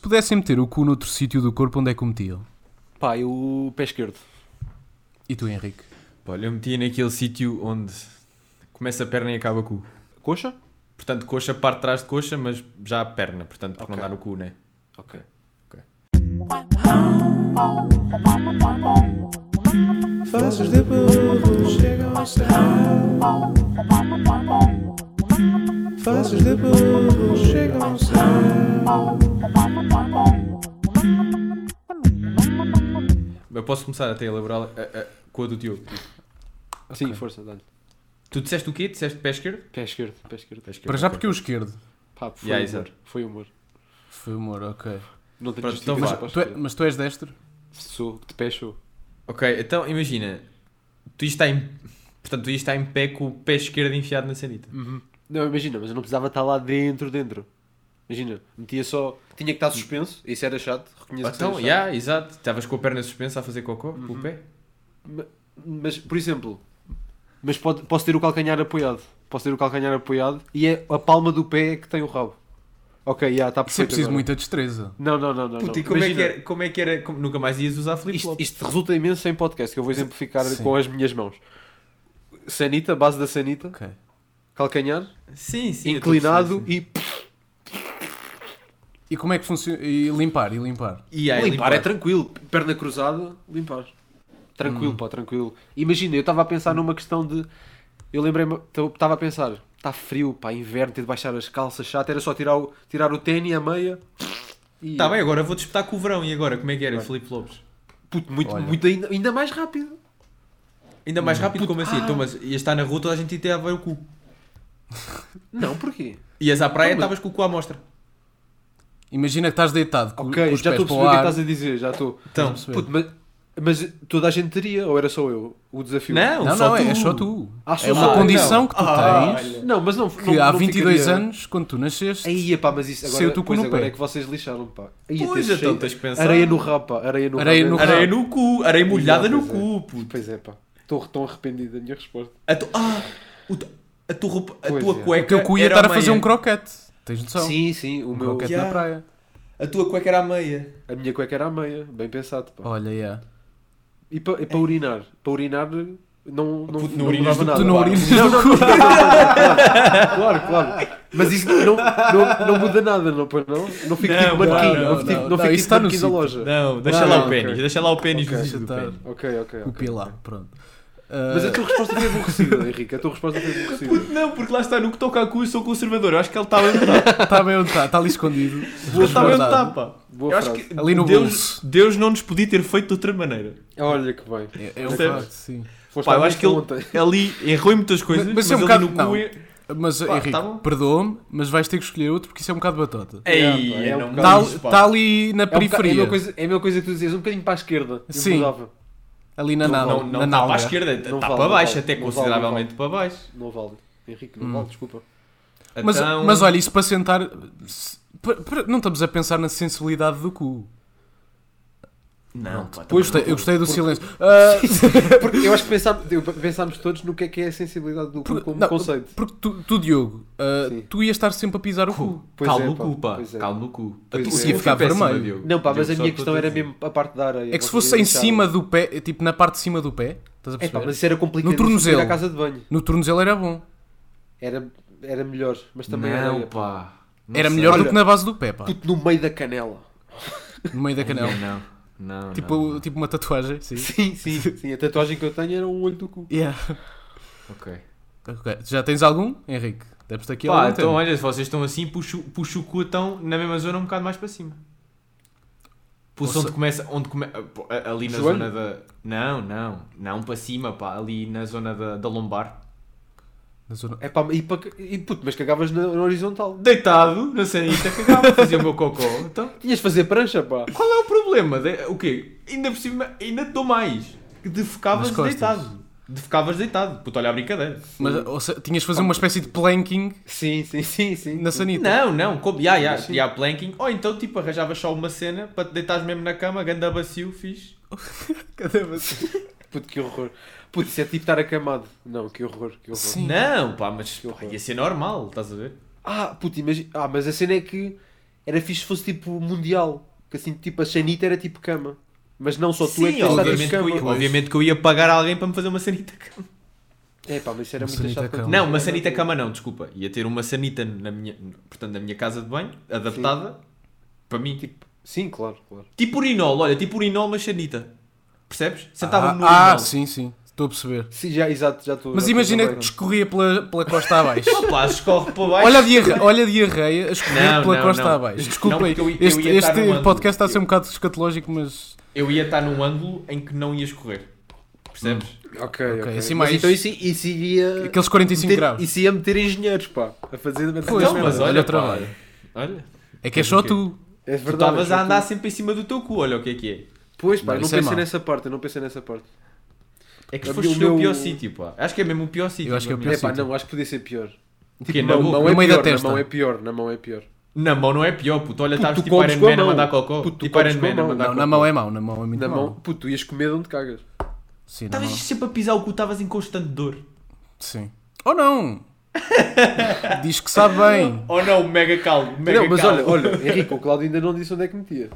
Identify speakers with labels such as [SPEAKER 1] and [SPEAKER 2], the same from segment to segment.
[SPEAKER 1] pudessem meter o cu noutro sítio do corpo, onde é que o metiam?
[SPEAKER 2] Pá, eu o pé esquerdo.
[SPEAKER 1] E tu, Henrique?
[SPEAKER 3] Pá, Olha, eu meti naquele sítio onde começa a perna e acaba o cu.
[SPEAKER 2] Coxa?
[SPEAKER 3] Portanto, coxa, parte de trás de coxa, mas já a perna, portanto, para
[SPEAKER 2] Ok.
[SPEAKER 3] não dar o cu, né?
[SPEAKER 2] Ok.
[SPEAKER 4] Faças de burro chegam ao céu. Faças de burro chegam ao céu.
[SPEAKER 3] Eu posso começar até a elaborar a- a- com a do Diogo.
[SPEAKER 2] Sim, força, dá-lhe.
[SPEAKER 3] Tu disseste o quê? Disseste pé esquerdo?
[SPEAKER 2] Pé esquerdo, pé esquerdo.
[SPEAKER 3] Pé esquerdo,
[SPEAKER 1] Para já
[SPEAKER 3] ok.
[SPEAKER 1] porque o esquerdo.
[SPEAKER 2] Pá, foi
[SPEAKER 3] Yeah,
[SPEAKER 2] humor.
[SPEAKER 3] exato.
[SPEAKER 2] Foi humor.
[SPEAKER 1] Foi humor, ok.
[SPEAKER 2] Não tem
[SPEAKER 3] Pronto, então
[SPEAKER 2] justificação
[SPEAKER 3] vá.
[SPEAKER 2] para a
[SPEAKER 1] Tu é-
[SPEAKER 2] esquerda.
[SPEAKER 1] mas tu és destro?
[SPEAKER 2] Sou, de pé sou.
[SPEAKER 3] Ok, então imagina. Tu ias estar em. Portanto, tu ias estar em pé com o pé esquerdo enfiado na sanita.
[SPEAKER 2] Não, imagina, mas eu não precisava estar lá dentro, dentro. Imagina, metia só. Tinha que estar suspenso, isso era chato, reconheço
[SPEAKER 3] Então, já, Uhum.
[SPEAKER 2] que era chato.
[SPEAKER 3] exato. Estavas com a perna suspensa a fazer cocô com o pé.
[SPEAKER 2] Mas, por exemplo, mas pode- posso ter o calcanhar apoiado. Posso ter o calcanhar apoiado e é a palma do pé que tem o rabo. Ok, já,
[SPEAKER 1] Isso
[SPEAKER 2] está
[SPEAKER 1] é
[SPEAKER 2] perfeito.
[SPEAKER 1] preciso
[SPEAKER 2] agora.
[SPEAKER 1] muita destreza.
[SPEAKER 2] Não, não, não, não.
[SPEAKER 3] Puta,
[SPEAKER 2] não.
[SPEAKER 3] e como é, que
[SPEAKER 2] Imagina,
[SPEAKER 3] era, como é que era- como- Nunca mais ias usar
[SPEAKER 2] Isto,
[SPEAKER 3] flip-flop.
[SPEAKER 2] isto resulta imenso em podcast, que eu vou exemplificar
[SPEAKER 1] Sim.
[SPEAKER 2] com as minhas mãos. Sanita, base da sanita,
[SPEAKER 1] Ok.
[SPEAKER 2] calcanhar,
[SPEAKER 3] Sim, sim. eu tô a
[SPEAKER 2] inclinado
[SPEAKER 3] perceber,
[SPEAKER 2] e
[SPEAKER 1] E como é que funciona? E limpar, e limpar.
[SPEAKER 3] sim. E aí,
[SPEAKER 2] limpar, é tranquilo. Perna cruzada, limpar. Tranquilo, pá, tranquilo. Imagina, eu estava a pensar numa questão de. Eu lembrei-me, estava a pensar, está frio, pá, inverno, ter de baixar as calças, chato, era só tirar o, tirar o ténis, a meia. E,
[SPEAKER 3] Tá bem, agora vou disputar com o verão. E agora, como é que era? Flip-flops.
[SPEAKER 2] Puto, muito,
[SPEAKER 1] Olha.
[SPEAKER 2] muito ainda, ainda mais rápido.
[SPEAKER 3] Ainda mais rápido, como assim? Então, mas ias estar na rua, toda a gente ia ter a ver o cu.
[SPEAKER 2] Não, porquê?
[SPEAKER 3] Ias à praia,
[SPEAKER 2] Não, mas-
[SPEAKER 3] estavas com o cu à mostra.
[SPEAKER 1] Imagina que é estás deitado com,
[SPEAKER 2] Ok,
[SPEAKER 1] com os
[SPEAKER 2] já
[SPEAKER 1] pés
[SPEAKER 2] estou a
[SPEAKER 1] para o
[SPEAKER 2] perceber o que
[SPEAKER 1] ar.
[SPEAKER 2] estás a dizer, já estou.
[SPEAKER 3] Então,
[SPEAKER 1] Vamos perceber.
[SPEAKER 2] Puto, mas, mas toda a gente teria, ou era só eu, o desafio?
[SPEAKER 3] não,
[SPEAKER 1] Não,
[SPEAKER 3] só
[SPEAKER 1] não, é,
[SPEAKER 3] tu.
[SPEAKER 1] é só tu.
[SPEAKER 2] Ah, só
[SPEAKER 1] é uma
[SPEAKER 2] só-
[SPEAKER 1] condição
[SPEAKER 3] não.
[SPEAKER 1] que tu
[SPEAKER 3] Ah,
[SPEAKER 1] tens
[SPEAKER 3] olha.
[SPEAKER 2] Não, mas não.
[SPEAKER 1] que
[SPEAKER 2] não-
[SPEAKER 1] há
[SPEAKER 2] não
[SPEAKER 1] 22
[SPEAKER 2] ficaria-
[SPEAKER 1] anos, quando tu nasceste, é
[SPEAKER 2] Aí, pá, mas isso agora,
[SPEAKER 1] Saiu tu com
[SPEAKER 2] pois
[SPEAKER 1] no
[SPEAKER 2] agora
[SPEAKER 1] pé.
[SPEAKER 2] é que vocês lixaram, pá. Aí,
[SPEAKER 3] Pois,
[SPEAKER 2] até
[SPEAKER 3] então
[SPEAKER 2] cheio-
[SPEAKER 3] tens que pensar. Ah.
[SPEAKER 2] Areia no rabo, pá. Areia no
[SPEAKER 1] Areia
[SPEAKER 2] rabo.
[SPEAKER 1] no
[SPEAKER 2] é-
[SPEAKER 3] Areia no cu, areia molhada no
[SPEAKER 2] Pois é.
[SPEAKER 3] cu, puto.
[SPEAKER 2] Pois é, pá. Estou tão arrependido da minha resposta.
[SPEAKER 3] A, tu- ah, o t- a tua roupa, a
[SPEAKER 2] Pois
[SPEAKER 3] tua
[SPEAKER 2] é.
[SPEAKER 1] o
[SPEAKER 3] cueca.
[SPEAKER 1] teu cu ia
[SPEAKER 3] era
[SPEAKER 1] estar a
[SPEAKER 3] meia.
[SPEAKER 1] fazer um croquete. Tens noção?
[SPEAKER 2] Sim, sim. O
[SPEAKER 1] Um
[SPEAKER 2] meu,
[SPEAKER 1] croquete
[SPEAKER 3] Yeah.
[SPEAKER 1] na praia.
[SPEAKER 3] A tua cueca era a meia.
[SPEAKER 2] a minha cueca era a meia. Bem pensado, pá.
[SPEAKER 1] Olha, yeah.
[SPEAKER 2] E para urinar? Para urinar não, não,
[SPEAKER 3] Puto,
[SPEAKER 2] não
[SPEAKER 3] não urinas
[SPEAKER 2] mudava
[SPEAKER 3] do-
[SPEAKER 2] nada.
[SPEAKER 1] tu não
[SPEAKER 2] pá.
[SPEAKER 1] urinas do
[SPEAKER 2] Não, não, não, não, claro, claro, claro. Mas isso não, não, não muda nada, não, pois não? Não fico
[SPEAKER 3] Não,
[SPEAKER 2] tipo
[SPEAKER 3] não,
[SPEAKER 2] marquinho.
[SPEAKER 1] não,
[SPEAKER 2] Não, fico tipo-
[SPEAKER 1] não,
[SPEAKER 2] não
[SPEAKER 1] não,
[SPEAKER 2] fico
[SPEAKER 1] isso
[SPEAKER 2] tipo
[SPEAKER 1] tá no
[SPEAKER 2] marquinho da
[SPEAKER 1] sítio.
[SPEAKER 2] loja.
[SPEAKER 3] Não, deixa
[SPEAKER 2] Ah,
[SPEAKER 3] lá o
[SPEAKER 2] ok.
[SPEAKER 3] pênis, deixa lá o pênis
[SPEAKER 2] Ok.
[SPEAKER 3] vestido do
[SPEAKER 1] Deixa
[SPEAKER 3] pênis.
[SPEAKER 2] Ok, ok.
[SPEAKER 1] O
[SPEAKER 2] ok.
[SPEAKER 1] pilar, pronto.
[SPEAKER 2] Mas
[SPEAKER 1] Ah,
[SPEAKER 2] a tua resposta foi aborrecida, Henrique. A tua resposta foi aborrecida.
[SPEAKER 3] Puto, não, porque lá está, no que toca a cu eu sou conservador. Eu acho que ele está onde está.
[SPEAKER 1] Está Tá bem onde está, está ali escondido.
[SPEAKER 3] Ele
[SPEAKER 2] Tá
[SPEAKER 3] está onde
[SPEAKER 1] Resguardado.
[SPEAKER 3] está, pá.
[SPEAKER 2] Boa
[SPEAKER 3] eu acho
[SPEAKER 2] frase.
[SPEAKER 3] que
[SPEAKER 1] Ali no
[SPEAKER 3] Deus,
[SPEAKER 1] bolso.
[SPEAKER 3] Deus não nos podia ter feito de outra maneira.
[SPEAKER 2] Olha que bem.
[SPEAKER 1] É, é um
[SPEAKER 3] Percebes?
[SPEAKER 1] facto, sim.
[SPEAKER 2] Foste
[SPEAKER 3] Pá, eu
[SPEAKER 2] honesto
[SPEAKER 3] acho que ele
[SPEAKER 1] é
[SPEAKER 2] ontem. É um
[SPEAKER 3] ali errou em muitas coisas,
[SPEAKER 1] Mas-
[SPEAKER 3] mas,
[SPEAKER 1] mas é um
[SPEAKER 3] ali
[SPEAKER 1] bocado-
[SPEAKER 3] no cu...
[SPEAKER 1] não.
[SPEAKER 3] é-
[SPEAKER 1] Mas,
[SPEAKER 3] Pá,
[SPEAKER 1] Henrique,
[SPEAKER 3] tá bom.
[SPEAKER 1] perdoa-me, mas vais ter que escolher outro porque isso é um bocado batota.
[SPEAKER 3] Ei,
[SPEAKER 2] Yeah, pá, é um
[SPEAKER 3] não me
[SPEAKER 1] Está
[SPEAKER 2] bocado-
[SPEAKER 3] digas, pá.
[SPEAKER 1] ali na
[SPEAKER 2] É, um bocado- é a
[SPEAKER 1] periferia,
[SPEAKER 2] mesma coisa, é a mesma coisa que tu dizias, um bocadinho para a esquerda. Eu
[SPEAKER 1] Sim.
[SPEAKER 2] mudava.
[SPEAKER 1] ali na é.
[SPEAKER 3] Não,
[SPEAKER 1] nada.
[SPEAKER 3] não,
[SPEAKER 2] tá
[SPEAKER 3] não, está para a esquerda, está
[SPEAKER 2] Não vale,
[SPEAKER 3] para
[SPEAKER 2] não
[SPEAKER 3] baixo,
[SPEAKER 2] vale,
[SPEAKER 3] até
[SPEAKER 2] não vale,
[SPEAKER 3] consideravelmente para baixo.
[SPEAKER 2] Não vale. Henrique, não
[SPEAKER 1] Hum.
[SPEAKER 2] vale, desculpa.
[SPEAKER 1] Mas,
[SPEAKER 3] Então-
[SPEAKER 1] mas olha, isso para sentar. se- para- para- não estamos a pensar na sensibilidade do cu.
[SPEAKER 3] Não, pá, tá
[SPEAKER 1] Eu gostei, eu gostei do silêncio. Ah,
[SPEAKER 2] Porque eu acho que pensá- eu- pensámos todos no que é que é a sensibilidade do cu
[SPEAKER 1] porque-
[SPEAKER 2] como
[SPEAKER 1] não,
[SPEAKER 2] conceito.
[SPEAKER 1] Porque tu, tu, Diogo, ah,
[SPEAKER 2] Sim.
[SPEAKER 1] tu ias estar sempre a pisar o cu.
[SPEAKER 2] Pois
[SPEAKER 3] calmo
[SPEAKER 2] é,
[SPEAKER 3] no
[SPEAKER 2] pá,
[SPEAKER 3] cu, pá.
[SPEAKER 2] pois é.
[SPEAKER 3] Calmo no cu.
[SPEAKER 2] Pois
[SPEAKER 3] A
[SPEAKER 2] é.
[SPEAKER 3] tua
[SPEAKER 2] Sim,
[SPEAKER 3] foi
[SPEAKER 1] ficar
[SPEAKER 3] péssima,
[SPEAKER 1] vermelho.
[SPEAKER 3] Diogo.
[SPEAKER 2] Não, pá, mas
[SPEAKER 3] Diogo,
[SPEAKER 2] a minha
[SPEAKER 3] só tô assim.
[SPEAKER 2] questão
[SPEAKER 3] a
[SPEAKER 2] era
[SPEAKER 3] dizer.
[SPEAKER 2] mesmo a parte da areia.
[SPEAKER 1] É que se
[SPEAKER 2] Vocês
[SPEAKER 1] fosse em
[SPEAKER 2] deixaram-
[SPEAKER 1] cima do pé, é tipo na parte de cima do pé, estás a
[SPEAKER 2] É pá,
[SPEAKER 1] perceber?
[SPEAKER 2] mas isso era complicado.
[SPEAKER 1] No tornozelo.
[SPEAKER 2] à casa de banho.
[SPEAKER 1] No tornozelo era bom.
[SPEAKER 2] Era, era melhor, mas também era
[SPEAKER 3] Não,
[SPEAKER 2] areia. pá.
[SPEAKER 3] pá. Não
[SPEAKER 1] era
[SPEAKER 3] sei.
[SPEAKER 1] melhor
[SPEAKER 2] Olha,
[SPEAKER 1] do que na base do pé, pá.
[SPEAKER 2] Puto, no meio da canela.
[SPEAKER 1] No meio da canela.
[SPEAKER 3] Não, não.
[SPEAKER 1] Tipo,
[SPEAKER 3] não, não.
[SPEAKER 1] tipo uma tatuagem, sim.
[SPEAKER 2] Sim, sim, sim. A tatuagem que eu tenho era um olho do cu.
[SPEAKER 1] Yeah.
[SPEAKER 3] Ok.
[SPEAKER 1] Ok, Já tens algum, Henrique? Deves estar aqui há
[SPEAKER 3] Pá,
[SPEAKER 1] algum
[SPEAKER 3] então
[SPEAKER 1] tempo.
[SPEAKER 3] olha, se vocês estão assim, puxo, puxo o cu então na mesma zona um bocado mais para cima. Pulso
[SPEAKER 1] Ouça-
[SPEAKER 3] onde começa, onde come, a- a- ali na
[SPEAKER 2] Joelho?
[SPEAKER 3] zona da... Não, não, não para cima, pá, ali na zona da, da lombar.
[SPEAKER 1] Na zona-
[SPEAKER 2] É pá, e, pá, e puto, mas cagavas na, na horizontal.
[SPEAKER 3] Deitado na sanita, cagava, fazia o meu cocó, então...
[SPEAKER 2] Tinhas de fazer prancha, pá.
[SPEAKER 3] Qual é o problema? De- o quê? Ainda por cima, ainda te dou mais. Defecavas
[SPEAKER 1] Nas costas.
[SPEAKER 3] deitado. Defecavas deitado. Puta, olha a brincadeira.
[SPEAKER 1] Mas ou seja, tinhas de fazer uma espécie de planking
[SPEAKER 2] Sim, sim, sim, sim.
[SPEAKER 1] na sanita.
[SPEAKER 3] Não, não, como, já, já, já, planking. Ou então, tipo, arranjavas só uma cena para te deitares mesmo na cama, ganda bacio, fixe.
[SPEAKER 2] Puto, que horror. Puto, isso é tipo estar acamado. Não, que horror, que horror.
[SPEAKER 1] Sim.
[SPEAKER 3] Não, pá, mas pá,
[SPEAKER 2] horror.
[SPEAKER 3] ia ser normal, estás a ver?
[SPEAKER 2] Ah, puto, imagina. Ah, mas a cena é que era fixe se fosse tipo mundial. Que assim, tipo, a Xanita era tipo cama. Mas não só tu é que tens de
[SPEAKER 3] Sim,
[SPEAKER 2] estar de
[SPEAKER 3] obviamente que, eu
[SPEAKER 2] cama.
[SPEAKER 3] ia, obviamente que eu ia pagar alguém para me fazer uma sanita cama.
[SPEAKER 2] É pá, mas isso era
[SPEAKER 1] Uma
[SPEAKER 2] muito
[SPEAKER 1] sanita
[SPEAKER 2] chato.
[SPEAKER 1] cama.
[SPEAKER 2] quando-
[SPEAKER 3] Não, uma sanita cama não, desculpa. Ia ter uma sanita na minha, portanto, na minha casa de banho, adaptada para mim. Tipo,
[SPEAKER 2] Sim, claro, claro.
[SPEAKER 3] urinol, olha, tipo urinol, mas sanita. Percebes?
[SPEAKER 1] Ah,
[SPEAKER 3] Sentava-me no urinol.
[SPEAKER 1] ah, sim, sim. Estou a perceber.
[SPEAKER 2] Sim, já, exato, já estou.
[SPEAKER 1] Mas
[SPEAKER 2] já estou
[SPEAKER 1] imagina
[SPEAKER 2] bem,
[SPEAKER 1] que escorria pela, pela costa abaixo.
[SPEAKER 3] Opa, lá, escorre para baixo.
[SPEAKER 1] Olha a, diarre... Olha a diarreia a escorrer
[SPEAKER 3] Não,
[SPEAKER 1] pela
[SPEAKER 3] não,
[SPEAKER 1] costa
[SPEAKER 3] não.
[SPEAKER 1] abaixo. Desculpa
[SPEAKER 3] Não,
[SPEAKER 1] aí.
[SPEAKER 3] porque eu ia- eu
[SPEAKER 1] Este,
[SPEAKER 3] ia estar
[SPEAKER 1] este
[SPEAKER 3] num ângulo.
[SPEAKER 1] podcast está a ser um bocado escatológico, mas.
[SPEAKER 3] Eu ia estar num ângulo em que não ia escorrer. Percebes?
[SPEAKER 2] não. Ok, ok.
[SPEAKER 1] assim
[SPEAKER 2] Mas
[SPEAKER 1] mais-
[SPEAKER 2] Então isso, isso iria.
[SPEAKER 1] Aqueles 45
[SPEAKER 2] meter,
[SPEAKER 1] graus.
[SPEAKER 2] Isso ia meter engenheiros, pá. A fazer. a
[SPEAKER 1] Pois,
[SPEAKER 2] fazer
[SPEAKER 3] então, mas
[SPEAKER 1] olha
[SPEAKER 3] olha,
[SPEAKER 1] o trabalho.
[SPEAKER 3] pá, Olha,
[SPEAKER 1] É que é só
[SPEAKER 3] o quê?
[SPEAKER 1] tu.
[SPEAKER 2] É
[SPEAKER 3] tu
[SPEAKER 2] verdade.
[SPEAKER 3] estavas
[SPEAKER 2] é
[SPEAKER 3] a
[SPEAKER 2] só
[SPEAKER 3] andar
[SPEAKER 2] tu-
[SPEAKER 3] sempre em cima do teu cu, olha o que é que é.
[SPEAKER 2] Pois,
[SPEAKER 1] Não,
[SPEAKER 2] pá, eu não
[SPEAKER 1] isso é
[SPEAKER 2] pensei
[SPEAKER 1] mau.
[SPEAKER 2] nessa parte, eu não pensei nessa parte.
[SPEAKER 3] É que
[SPEAKER 2] Eu vi
[SPEAKER 3] foste
[SPEAKER 2] o
[SPEAKER 3] escolher o
[SPEAKER 2] meu-
[SPEAKER 3] pior sítio, pá. Acho que é mesmo o pior sítio.
[SPEAKER 1] acho que é o
[SPEAKER 3] na
[SPEAKER 1] pior
[SPEAKER 2] É
[SPEAKER 3] minha-
[SPEAKER 2] pá,
[SPEAKER 1] sítio.
[SPEAKER 2] não, acho que podia ser pior.
[SPEAKER 3] Porque na
[SPEAKER 2] na
[SPEAKER 3] boca-
[SPEAKER 2] mão é
[SPEAKER 1] No meio da
[SPEAKER 2] pior, na
[SPEAKER 1] testa.
[SPEAKER 2] mão é pior, na mão é pior.
[SPEAKER 3] Na mão não é pior, puto.
[SPEAKER 2] Puto,
[SPEAKER 3] Olha, estavas
[SPEAKER 2] tu
[SPEAKER 3] tipo
[SPEAKER 2] comes
[SPEAKER 3] Iron
[SPEAKER 2] com a
[SPEAKER 3] Man a
[SPEAKER 2] mão.
[SPEAKER 3] mandar cocô.
[SPEAKER 2] Puto, tu
[SPEAKER 3] Tipo
[SPEAKER 2] comes
[SPEAKER 3] Iron
[SPEAKER 2] com a
[SPEAKER 3] Man a
[SPEAKER 2] mão.
[SPEAKER 3] mandar
[SPEAKER 1] Não,
[SPEAKER 3] cocô.
[SPEAKER 1] na mão é mau, na mão é muito
[SPEAKER 2] Na
[SPEAKER 1] mau.
[SPEAKER 2] mão, puto, tu ias comer de onde cagas.
[SPEAKER 1] Sim, na
[SPEAKER 3] Estavas
[SPEAKER 1] mão.
[SPEAKER 3] sempre a pisar o cu, estavas em constante dor.
[SPEAKER 1] Sim. Ou não! Diz que sabe bem.
[SPEAKER 3] Oh não, mega calmo, mega
[SPEAKER 2] Não, mas
[SPEAKER 3] calmo.
[SPEAKER 2] olha, olha, Henrique, o Cláudio ainda não disse onde é que metia.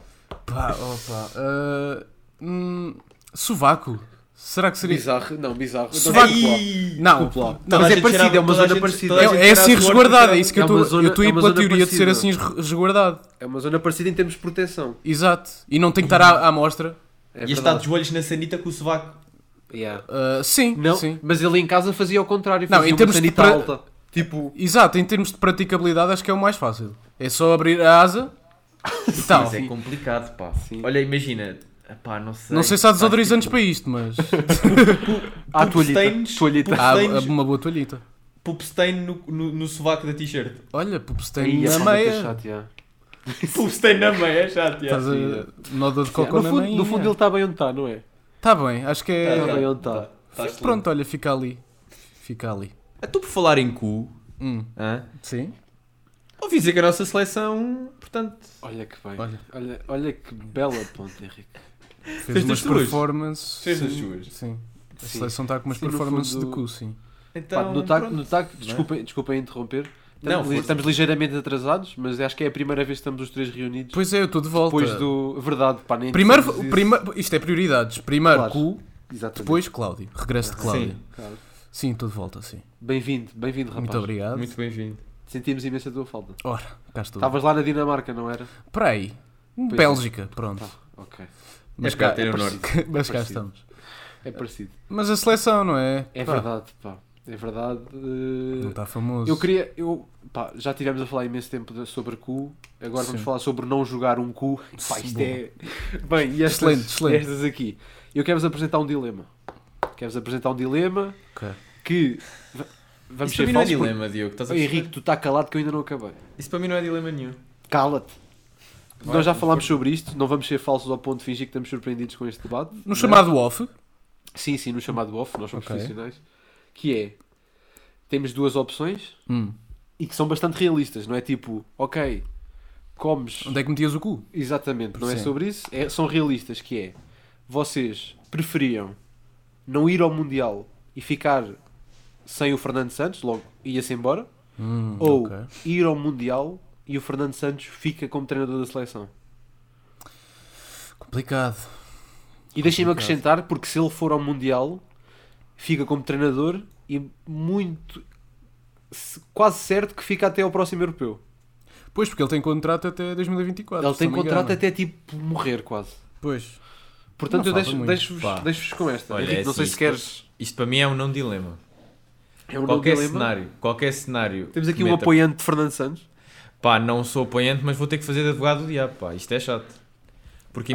[SPEAKER 1] Pá, opa. Ah, hum, sovaco. Será que seria.
[SPEAKER 2] Bizarro, não, bizarro. Então,
[SPEAKER 1] Sovaco.
[SPEAKER 2] desculpa lá.
[SPEAKER 3] Ei!
[SPEAKER 1] Não,
[SPEAKER 2] Desculpe lá.
[SPEAKER 1] não,
[SPEAKER 3] Toda
[SPEAKER 2] mas
[SPEAKER 3] a
[SPEAKER 2] é
[SPEAKER 3] gente
[SPEAKER 2] parecido,
[SPEAKER 3] cheirava-
[SPEAKER 2] é uma
[SPEAKER 3] toda a
[SPEAKER 2] zona
[SPEAKER 3] gente-
[SPEAKER 2] parecida.
[SPEAKER 3] toda a
[SPEAKER 1] É,
[SPEAKER 3] gente
[SPEAKER 1] é
[SPEAKER 3] cheirava
[SPEAKER 1] assim
[SPEAKER 3] suor,
[SPEAKER 1] resguardada, é isso que
[SPEAKER 2] É
[SPEAKER 1] eu estou.
[SPEAKER 2] uma zona-
[SPEAKER 1] Eu estou a
[SPEAKER 2] é
[SPEAKER 1] ir
[SPEAKER 2] uma
[SPEAKER 1] pela
[SPEAKER 2] zona
[SPEAKER 1] teoria de ser
[SPEAKER 2] parecida.
[SPEAKER 1] assim res- resguardado.
[SPEAKER 2] É uma zona parecida em termos de proteção.
[SPEAKER 1] Exato. E não tem que estar à, à mostra.
[SPEAKER 2] É
[SPEAKER 3] E está de joelhos na sanita com o sovaco.
[SPEAKER 2] Yeah.
[SPEAKER 1] Ah, sim,
[SPEAKER 2] Não,
[SPEAKER 1] sim.
[SPEAKER 2] mas ele em casa fazia ao contrário,
[SPEAKER 1] Não,
[SPEAKER 2] fazia
[SPEAKER 1] em
[SPEAKER 2] uma
[SPEAKER 1] termos de
[SPEAKER 2] sanita
[SPEAKER 1] pra-
[SPEAKER 2] alta. Tipo,
[SPEAKER 1] Exato, em termos de praticabilidade acho que é o mais fácil. É só abrir a asa e tal.
[SPEAKER 3] Mas é complicado, pá.
[SPEAKER 2] Tá. Sim.
[SPEAKER 3] Olha, imagina. Epá, não sei.
[SPEAKER 1] Não sei se há
[SPEAKER 3] Estás,
[SPEAKER 1] desodorizantes
[SPEAKER 3] tipo,
[SPEAKER 1] para isto, mas
[SPEAKER 2] à
[SPEAKER 3] Poop stains,
[SPEAKER 2] toalhita. toalhita.
[SPEAKER 1] há
[SPEAKER 3] Tens-
[SPEAKER 1] uma boa toalhita.
[SPEAKER 3] Poop stain tipo, no, no, no sovaco da t-shirt.
[SPEAKER 1] Olha, pupo, se tem na
[SPEAKER 2] Aí, é pá, muito
[SPEAKER 1] meia.
[SPEAKER 2] chato, yeah.
[SPEAKER 3] Poop stain na meia, é chato.
[SPEAKER 1] Estás
[SPEAKER 3] já.
[SPEAKER 1] a nódoa de cocô
[SPEAKER 2] no,
[SPEAKER 1] na
[SPEAKER 2] fundo,
[SPEAKER 1] meia.
[SPEAKER 2] no fundo ele está bem onde está, não é?
[SPEAKER 1] Está bem, acho que
[SPEAKER 3] Tá,
[SPEAKER 1] é...
[SPEAKER 2] Está
[SPEAKER 3] tá.
[SPEAKER 2] bem onde está.
[SPEAKER 3] Estás
[SPEAKER 1] Pronto, olha, fica ali. Fica ali.
[SPEAKER 3] lindo. Ah, Tu por falar em cu,
[SPEAKER 1] Hum,
[SPEAKER 3] hã?
[SPEAKER 1] sim.
[SPEAKER 3] ouvi dizer que a nossa seleção, portanto,
[SPEAKER 2] Olha que bem.
[SPEAKER 1] Olha.
[SPEAKER 2] Olha. Olha, que bela ponte, Henrique.
[SPEAKER 1] Fez
[SPEAKER 3] das
[SPEAKER 1] umas
[SPEAKER 3] tuas?
[SPEAKER 1] performances...
[SPEAKER 3] fez as
[SPEAKER 1] sim,
[SPEAKER 3] suas.
[SPEAKER 1] Sim. A
[SPEAKER 2] Sim.
[SPEAKER 1] seleção está com umas
[SPEAKER 2] Sim, no
[SPEAKER 1] performances
[SPEAKER 2] fundo-
[SPEAKER 1] de cu, sim.
[SPEAKER 3] Então,
[SPEAKER 2] Pá, no tac,
[SPEAKER 3] pronto.
[SPEAKER 2] no tac, desculpem, desculpem interromper.
[SPEAKER 3] Não,
[SPEAKER 2] Estamos, li-
[SPEAKER 3] força.
[SPEAKER 2] estamos ligeiramente atrasados, mas acho que é a primeira vez que estamos os três reunidos.
[SPEAKER 1] Pois é, eu estou de volta.
[SPEAKER 2] Depois do. Verdade, pá, nem
[SPEAKER 1] Primeiro,
[SPEAKER 2] dissemos isso.
[SPEAKER 1] primeiro... Isto é prioridades. Primeiro
[SPEAKER 2] Claro.
[SPEAKER 1] cu,
[SPEAKER 2] Exatamente.
[SPEAKER 1] depois Cláudio. Regresso de Cláudio.
[SPEAKER 3] Sim,
[SPEAKER 2] Claro.
[SPEAKER 1] Sim, estou de volta, sim.
[SPEAKER 2] Bem-vindo, bem-vindo, rapaz.
[SPEAKER 1] Muito obrigado.
[SPEAKER 3] muito bem-vindo.
[SPEAKER 2] Sentimos imensa a tua falta.
[SPEAKER 1] Ora, cá estou.
[SPEAKER 2] Estavas lá na Dinamarca, não era?
[SPEAKER 1] Para aí.
[SPEAKER 2] é. Tá.
[SPEAKER 1] Bélgica, pronto.
[SPEAKER 2] Ok.
[SPEAKER 1] Mas
[SPEAKER 3] É
[SPEAKER 1] cá,
[SPEAKER 3] para ter o
[SPEAKER 1] parecido. Mas cá
[SPEAKER 2] parecido.
[SPEAKER 1] estamos.
[SPEAKER 2] É parecido.
[SPEAKER 1] Mas a seleção, não é?
[SPEAKER 2] É
[SPEAKER 1] Pá,
[SPEAKER 2] verdade, pá. É verdade. eh,
[SPEAKER 1] Não está famoso.
[SPEAKER 2] Eu queria. Eu, pá, já estivemos a falar imenso tempo de- sobre cu. Agora vamos
[SPEAKER 1] Sim.
[SPEAKER 2] falar sobre não jogar um cu. Pá, isto
[SPEAKER 1] Boa.
[SPEAKER 2] é. Bem, e estas,
[SPEAKER 1] Excelente, excelente.
[SPEAKER 2] estas aqui. Eu quero-vos apresentar um dilema. Quero-vos apresentar um dilema
[SPEAKER 1] Ok.
[SPEAKER 2] que. va- Vamos
[SPEAKER 3] Isso
[SPEAKER 2] ser
[SPEAKER 3] para mim não é
[SPEAKER 2] falsos,
[SPEAKER 3] dilema, Diogo. Estás a
[SPEAKER 2] porque-
[SPEAKER 3] perceber?
[SPEAKER 2] Henrique, tu está calado que eu ainda não acabei.
[SPEAKER 3] Isso para mim não é dilema nenhum.
[SPEAKER 2] Cala-te.
[SPEAKER 3] Vai,
[SPEAKER 2] Nós já
[SPEAKER 3] por
[SPEAKER 2] falámos sobre isto, não vamos ser falsos ao ponto de fingir que estamos surpreendidos com este debate.
[SPEAKER 1] No
[SPEAKER 2] Não.
[SPEAKER 1] chamado off,
[SPEAKER 2] Sim, sim, no chamado off, nós somos
[SPEAKER 1] Ok.
[SPEAKER 2] profissionais. Que é, temos duas opções
[SPEAKER 1] hum,
[SPEAKER 2] e que são bastante realistas, não é tipo, ok, comes...
[SPEAKER 1] onde é que metias o cu?
[SPEAKER 2] Exatamente, não é
[SPEAKER 1] Sim.
[SPEAKER 2] sobre isso, é- são realistas, que é, vocês preferiam não ir ao Mundial e ficar sem o Fernando Santos, logo ia-se embora,
[SPEAKER 1] Hum,
[SPEAKER 2] ou
[SPEAKER 1] ok.
[SPEAKER 2] ir ao Mundial e o Fernando Santos fica como treinador da seleção.
[SPEAKER 1] Complicado.
[SPEAKER 2] E deixem-me
[SPEAKER 1] Complicado.
[SPEAKER 2] acrescentar, porque se ele for ao Mundial, fica como treinador e muito. se- quase certo que fica até ao próximo europeu.
[SPEAKER 1] Pois, porque ele tem contrato até 2024.
[SPEAKER 2] ele
[SPEAKER 1] se
[SPEAKER 2] tem
[SPEAKER 1] não me
[SPEAKER 2] contrato
[SPEAKER 1] engano.
[SPEAKER 2] até tipo morrer, quase.
[SPEAKER 1] Pois.
[SPEAKER 2] Portanto,
[SPEAKER 1] Não
[SPEAKER 2] eu
[SPEAKER 1] falta
[SPEAKER 2] deixo-
[SPEAKER 1] muito.
[SPEAKER 2] deixo-vos
[SPEAKER 3] Pá.
[SPEAKER 2] deixo-vos com esta.
[SPEAKER 3] Olha,
[SPEAKER 2] Henrique,
[SPEAKER 3] é
[SPEAKER 2] não sei
[SPEAKER 3] assim,
[SPEAKER 2] se queres.
[SPEAKER 3] Isto para mim é um não dilema.
[SPEAKER 1] então,
[SPEAKER 2] É um
[SPEAKER 3] qualquer
[SPEAKER 2] dilema.
[SPEAKER 3] cenário, qualquer cenário.
[SPEAKER 2] Temos aqui
[SPEAKER 3] que
[SPEAKER 2] um
[SPEAKER 3] meta-
[SPEAKER 2] apoiante de Fernando Santos.
[SPEAKER 3] Pá, não sou apoiante, mas vou ter que fazer de advogado do diabo, pá. Isto é chato. Porque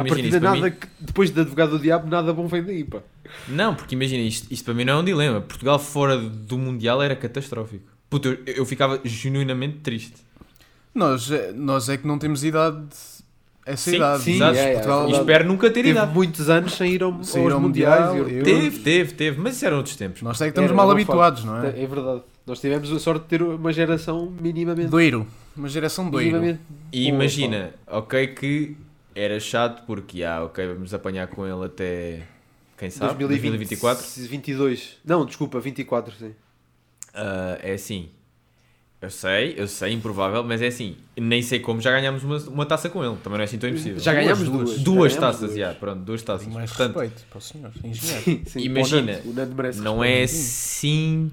[SPEAKER 2] A
[SPEAKER 3] imagina,
[SPEAKER 2] partir
[SPEAKER 3] isto
[SPEAKER 2] de
[SPEAKER 3] para
[SPEAKER 2] nada,
[SPEAKER 3] mim...
[SPEAKER 2] que- depois de advogado do diabo, nada bom vem daí, pá.
[SPEAKER 3] Não, porque imagina, isto, isto para mim não é um dilema. Portugal fora do Mundial era catastrófico. Puta, eu, eu ficava genuinamente triste.
[SPEAKER 1] Nós, é- nós é que não temos idade. Essa
[SPEAKER 3] Sim,
[SPEAKER 1] idade.
[SPEAKER 3] sim,
[SPEAKER 1] Portugal-
[SPEAKER 2] é, é, é
[SPEAKER 3] E
[SPEAKER 2] verdade.
[SPEAKER 3] espero nunca ter
[SPEAKER 2] Teve
[SPEAKER 3] idade.
[SPEAKER 2] muitos anos sem ir ao,
[SPEAKER 1] Sem ir
[SPEAKER 2] aos
[SPEAKER 1] ao
[SPEAKER 2] mundiais.
[SPEAKER 1] Mundial,
[SPEAKER 2] e
[SPEAKER 1] eu-
[SPEAKER 2] europeus.
[SPEAKER 3] Teve, teve, teve. Mas isso eram outros tempos.
[SPEAKER 1] Nós é que estamos
[SPEAKER 2] Era,
[SPEAKER 1] mal
[SPEAKER 2] era um facto.
[SPEAKER 1] habituados, não é?
[SPEAKER 2] É verdade. Nós tivemos a sorte de ter uma geração minimamente.
[SPEAKER 1] Doiro. Uma geração doiro.
[SPEAKER 2] minimamente
[SPEAKER 3] E
[SPEAKER 2] boa, pá.
[SPEAKER 3] imagina, ok, que era chato porque, ah, ok, vamos apanhar com ele até, quem sabe, 2024.
[SPEAKER 2] 22. Não, desculpa, 24, sim.
[SPEAKER 3] Ah, é assim, Eu sei, eu sei, improvável, mas é assim, nem sei como já ganhámos uma, uma taça com ele, também não é assim tão impossível.
[SPEAKER 2] Já ganhámos
[SPEAKER 1] Duas,
[SPEAKER 2] duas.
[SPEAKER 1] duas.
[SPEAKER 3] duas
[SPEAKER 2] Já ganhámos
[SPEAKER 3] taças,
[SPEAKER 2] duas.
[SPEAKER 3] já, pronto, duas taças.
[SPEAKER 1] Tenho mais
[SPEAKER 3] Portanto,
[SPEAKER 1] respeito para o senhor, engenheiro.
[SPEAKER 2] Sim, sim.
[SPEAKER 3] É. Imagina,
[SPEAKER 2] O Nando, o Nando merece
[SPEAKER 3] não
[SPEAKER 2] respeito.
[SPEAKER 3] é assim.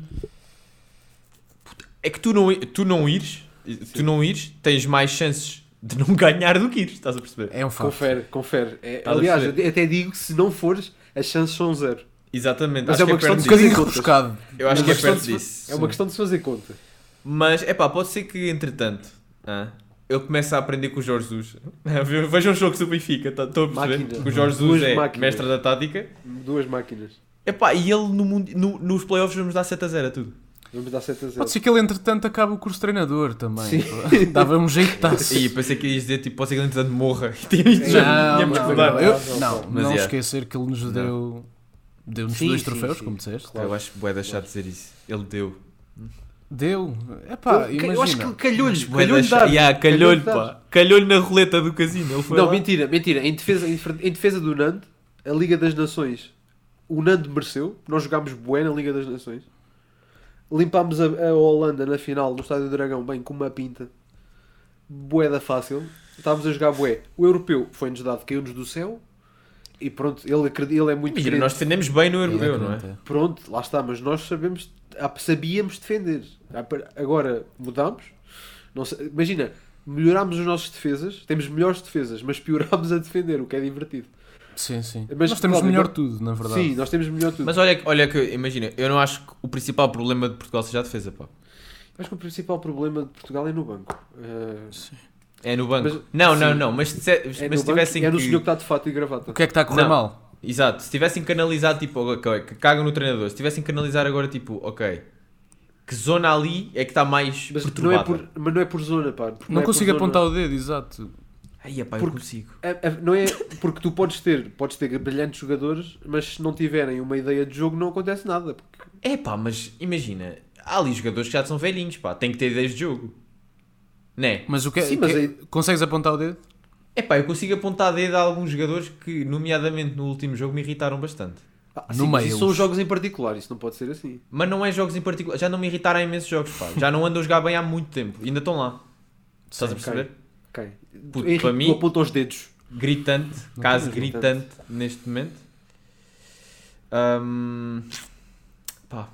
[SPEAKER 3] Puta, É que tu não, i- tu não ires, tu não ires, tens mais chances de não ganhar do que ires, estás a perceber?
[SPEAKER 1] É um fato.
[SPEAKER 2] Confere, confere. É,
[SPEAKER 3] Estás a
[SPEAKER 2] aliás,
[SPEAKER 3] perceber?
[SPEAKER 2] eu até digo que se não fores, as chances são zero.
[SPEAKER 3] Exatamente,
[SPEAKER 2] Mas
[SPEAKER 3] acho
[SPEAKER 2] é uma
[SPEAKER 3] que é perto
[SPEAKER 1] Um
[SPEAKER 2] questão
[SPEAKER 3] disso.
[SPEAKER 1] bocadinho
[SPEAKER 2] Sim, sim.
[SPEAKER 1] rebuscado.
[SPEAKER 3] Eu acho
[SPEAKER 2] É
[SPEAKER 3] que
[SPEAKER 2] uma
[SPEAKER 3] é
[SPEAKER 2] questão
[SPEAKER 3] perto
[SPEAKER 2] de-
[SPEAKER 3] disso.
[SPEAKER 2] É uma questão de se fazer conta.
[SPEAKER 3] Mas, é pá, pode ser que entretanto ah, ele comece a aprender com o Jorge Jesus. Vejam os jogos do Benfica, tá- estou a perceber.
[SPEAKER 2] Máquina.
[SPEAKER 3] Que o Jorge
[SPEAKER 2] Duas
[SPEAKER 3] Jesus é
[SPEAKER 2] máquinas.
[SPEAKER 3] mestre da tática.
[SPEAKER 2] Duas máquinas.
[SPEAKER 3] É pá, e ele no, mundo- no- nos playoffs vamos dar 7 a 0 a tudo.
[SPEAKER 2] Vamos dar 7 a 0.
[SPEAKER 1] Pode ser que ele, entretanto, acabe o curso de treinador também.
[SPEAKER 2] Sim.
[SPEAKER 1] Pô, Dava um jeito de taça.
[SPEAKER 3] E pensei que ias dizer, tipo, pode ser que ele entretanto morra. E tínhamos de-
[SPEAKER 1] Não,
[SPEAKER 3] tínhamos de
[SPEAKER 1] não,
[SPEAKER 3] mudar.
[SPEAKER 1] não,
[SPEAKER 2] Eu-
[SPEAKER 1] eu- não,
[SPEAKER 3] Mas
[SPEAKER 1] não
[SPEAKER 3] é.
[SPEAKER 1] esquecer que ele nos deu. Deu-nos
[SPEAKER 2] Sim,
[SPEAKER 1] dois
[SPEAKER 2] sim,
[SPEAKER 1] troféus,
[SPEAKER 2] sim.
[SPEAKER 1] como disseste.
[SPEAKER 3] Eu acho bué de deixar de dizer isso. Ele deu.
[SPEAKER 1] Deu. É
[SPEAKER 2] Eu-
[SPEAKER 1] pá,
[SPEAKER 2] eu
[SPEAKER 1] imagina.
[SPEAKER 2] acho que calhou-lhe.
[SPEAKER 3] Bué de
[SPEAKER 2] Calhou-lhe
[SPEAKER 3] deixar-
[SPEAKER 2] dar.
[SPEAKER 3] Yeah,
[SPEAKER 2] Calhou-lhe
[SPEAKER 3] calhou-lhe, pá. Calhou-lhe na roleta do casino. Ele foi
[SPEAKER 2] Não,
[SPEAKER 3] lá.
[SPEAKER 2] mentira, mentira. Em defesa, em, em defesa do Nando, a Liga das Nações, o Nando mereceu. Nós jogámos bué na Liga das Nações. Limpámos a, a Holanda na final no Estádio do Dragão, bem com uma pinta. Bué da fácil. Estávamos a jogar bué. O europeu foi-nos dado, caiu-nos do céu. E pronto, ele, acred- ele é muito
[SPEAKER 3] Mentira,
[SPEAKER 2] crente.
[SPEAKER 3] nós defendemos bem no
[SPEAKER 1] Ele é
[SPEAKER 3] europeu, não é?
[SPEAKER 1] crente,
[SPEAKER 2] Pronto, lá está, mas nós sabemos, ah, sabíamos defender. Ah, Agora mudámos. Não sei- imagina, melhorámos as nossas defesas, temos melhores defesas, mas piorámos a defender, o que é divertido.
[SPEAKER 1] Sim, sim.
[SPEAKER 2] Mas,
[SPEAKER 1] Nós temos
[SPEAKER 2] claro,
[SPEAKER 1] melhor
[SPEAKER 2] eu-
[SPEAKER 1] tudo, na verdade.
[SPEAKER 2] Sim, nós temos melhor tudo.
[SPEAKER 3] Mas olha, que- olha que, imagina, eu não acho que o principal problema de Portugal seja a defesa, pá.
[SPEAKER 2] Acho que o principal problema de Portugal é no banco. Ah,
[SPEAKER 3] É no banco.
[SPEAKER 2] Mas-
[SPEAKER 3] não, não,
[SPEAKER 2] sim.
[SPEAKER 3] não. Mas se, mas
[SPEAKER 2] é
[SPEAKER 3] se
[SPEAKER 2] no banco
[SPEAKER 3] tivessem
[SPEAKER 2] e é no
[SPEAKER 3] que-
[SPEAKER 2] senhor que está de fato e gravata.
[SPEAKER 1] O que é que está a correr
[SPEAKER 3] Não.
[SPEAKER 1] mal?
[SPEAKER 3] Exato. Se tivessem que analisar, tipo, ok, que cagam no treinador. Se tivessem que analisar agora, tipo, ok, que zona ali é que está mais
[SPEAKER 2] Mas não,
[SPEAKER 3] perturbada?
[SPEAKER 2] é por, mas não é por zona, pá. porque
[SPEAKER 1] Não
[SPEAKER 2] é por
[SPEAKER 1] consigo
[SPEAKER 2] zona.
[SPEAKER 1] apontar o dedo, exato.
[SPEAKER 3] Ai, epá, eu
[SPEAKER 2] Porque-
[SPEAKER 3] consigo.
[SPEAKER 2] É- é- não é porque tu podes ter, podes ter brilhantes jogadores, mas se não tiverem uma ideia de jogo, não acontece nada. Porque
[SPEAKER 3] É pá, mas imagina, há ali jogadores que já são velhinhos, pá. Tem que ter ideias de jogo. Né?
[SPEAKER 1] Mas o que é.
[SPEAKER 2] Sim,
[SPEAKER 1] que
[SPEAKER 2] mas
[SPEAKER 1] é-
[SPEAKER 2] aí-
[SPEAKER 1] Consegues apontar o dedo?
[SPEAKER 3] É pá, eu consigo apontar dedo a alguns jogadores que, nomeadamente no último jogo, me irritaram bastante.
[SPEAKER 2] Ah,
[SPEAKER 1] No
[SPEAKER 2] sim, mas isso
[SPEAKER 1] meio.
[SPEAKER 2] são jogos em particular, isso não pode ser assim.
[SPEAKER 3] Mas não é jogos em particular. Já não me irritaram imensos jogos, pá. Já não ando a jogar bem há muito tempo. Ainda estão lá. Estás a
[SPEAKER 2] ok.
[SPEAKER 3] perceber?
[SPEAKER 2] Ok.
[SPEAKER 3] Puto,
[SPEAKER 2] Henrique,
[SPEAKER 3] para
[SPEAKER 2] tu
[SPEAKER 3] mim-
[SPEAKER 2] aponta os dedos.
[SPEAKER 3] gritante,
[SPEAKER 2] Não
[SPEAKER 3] caso
[SPEAKER 2] tens
[SPEAKER 3] gritante neste momento. Ahm, pá,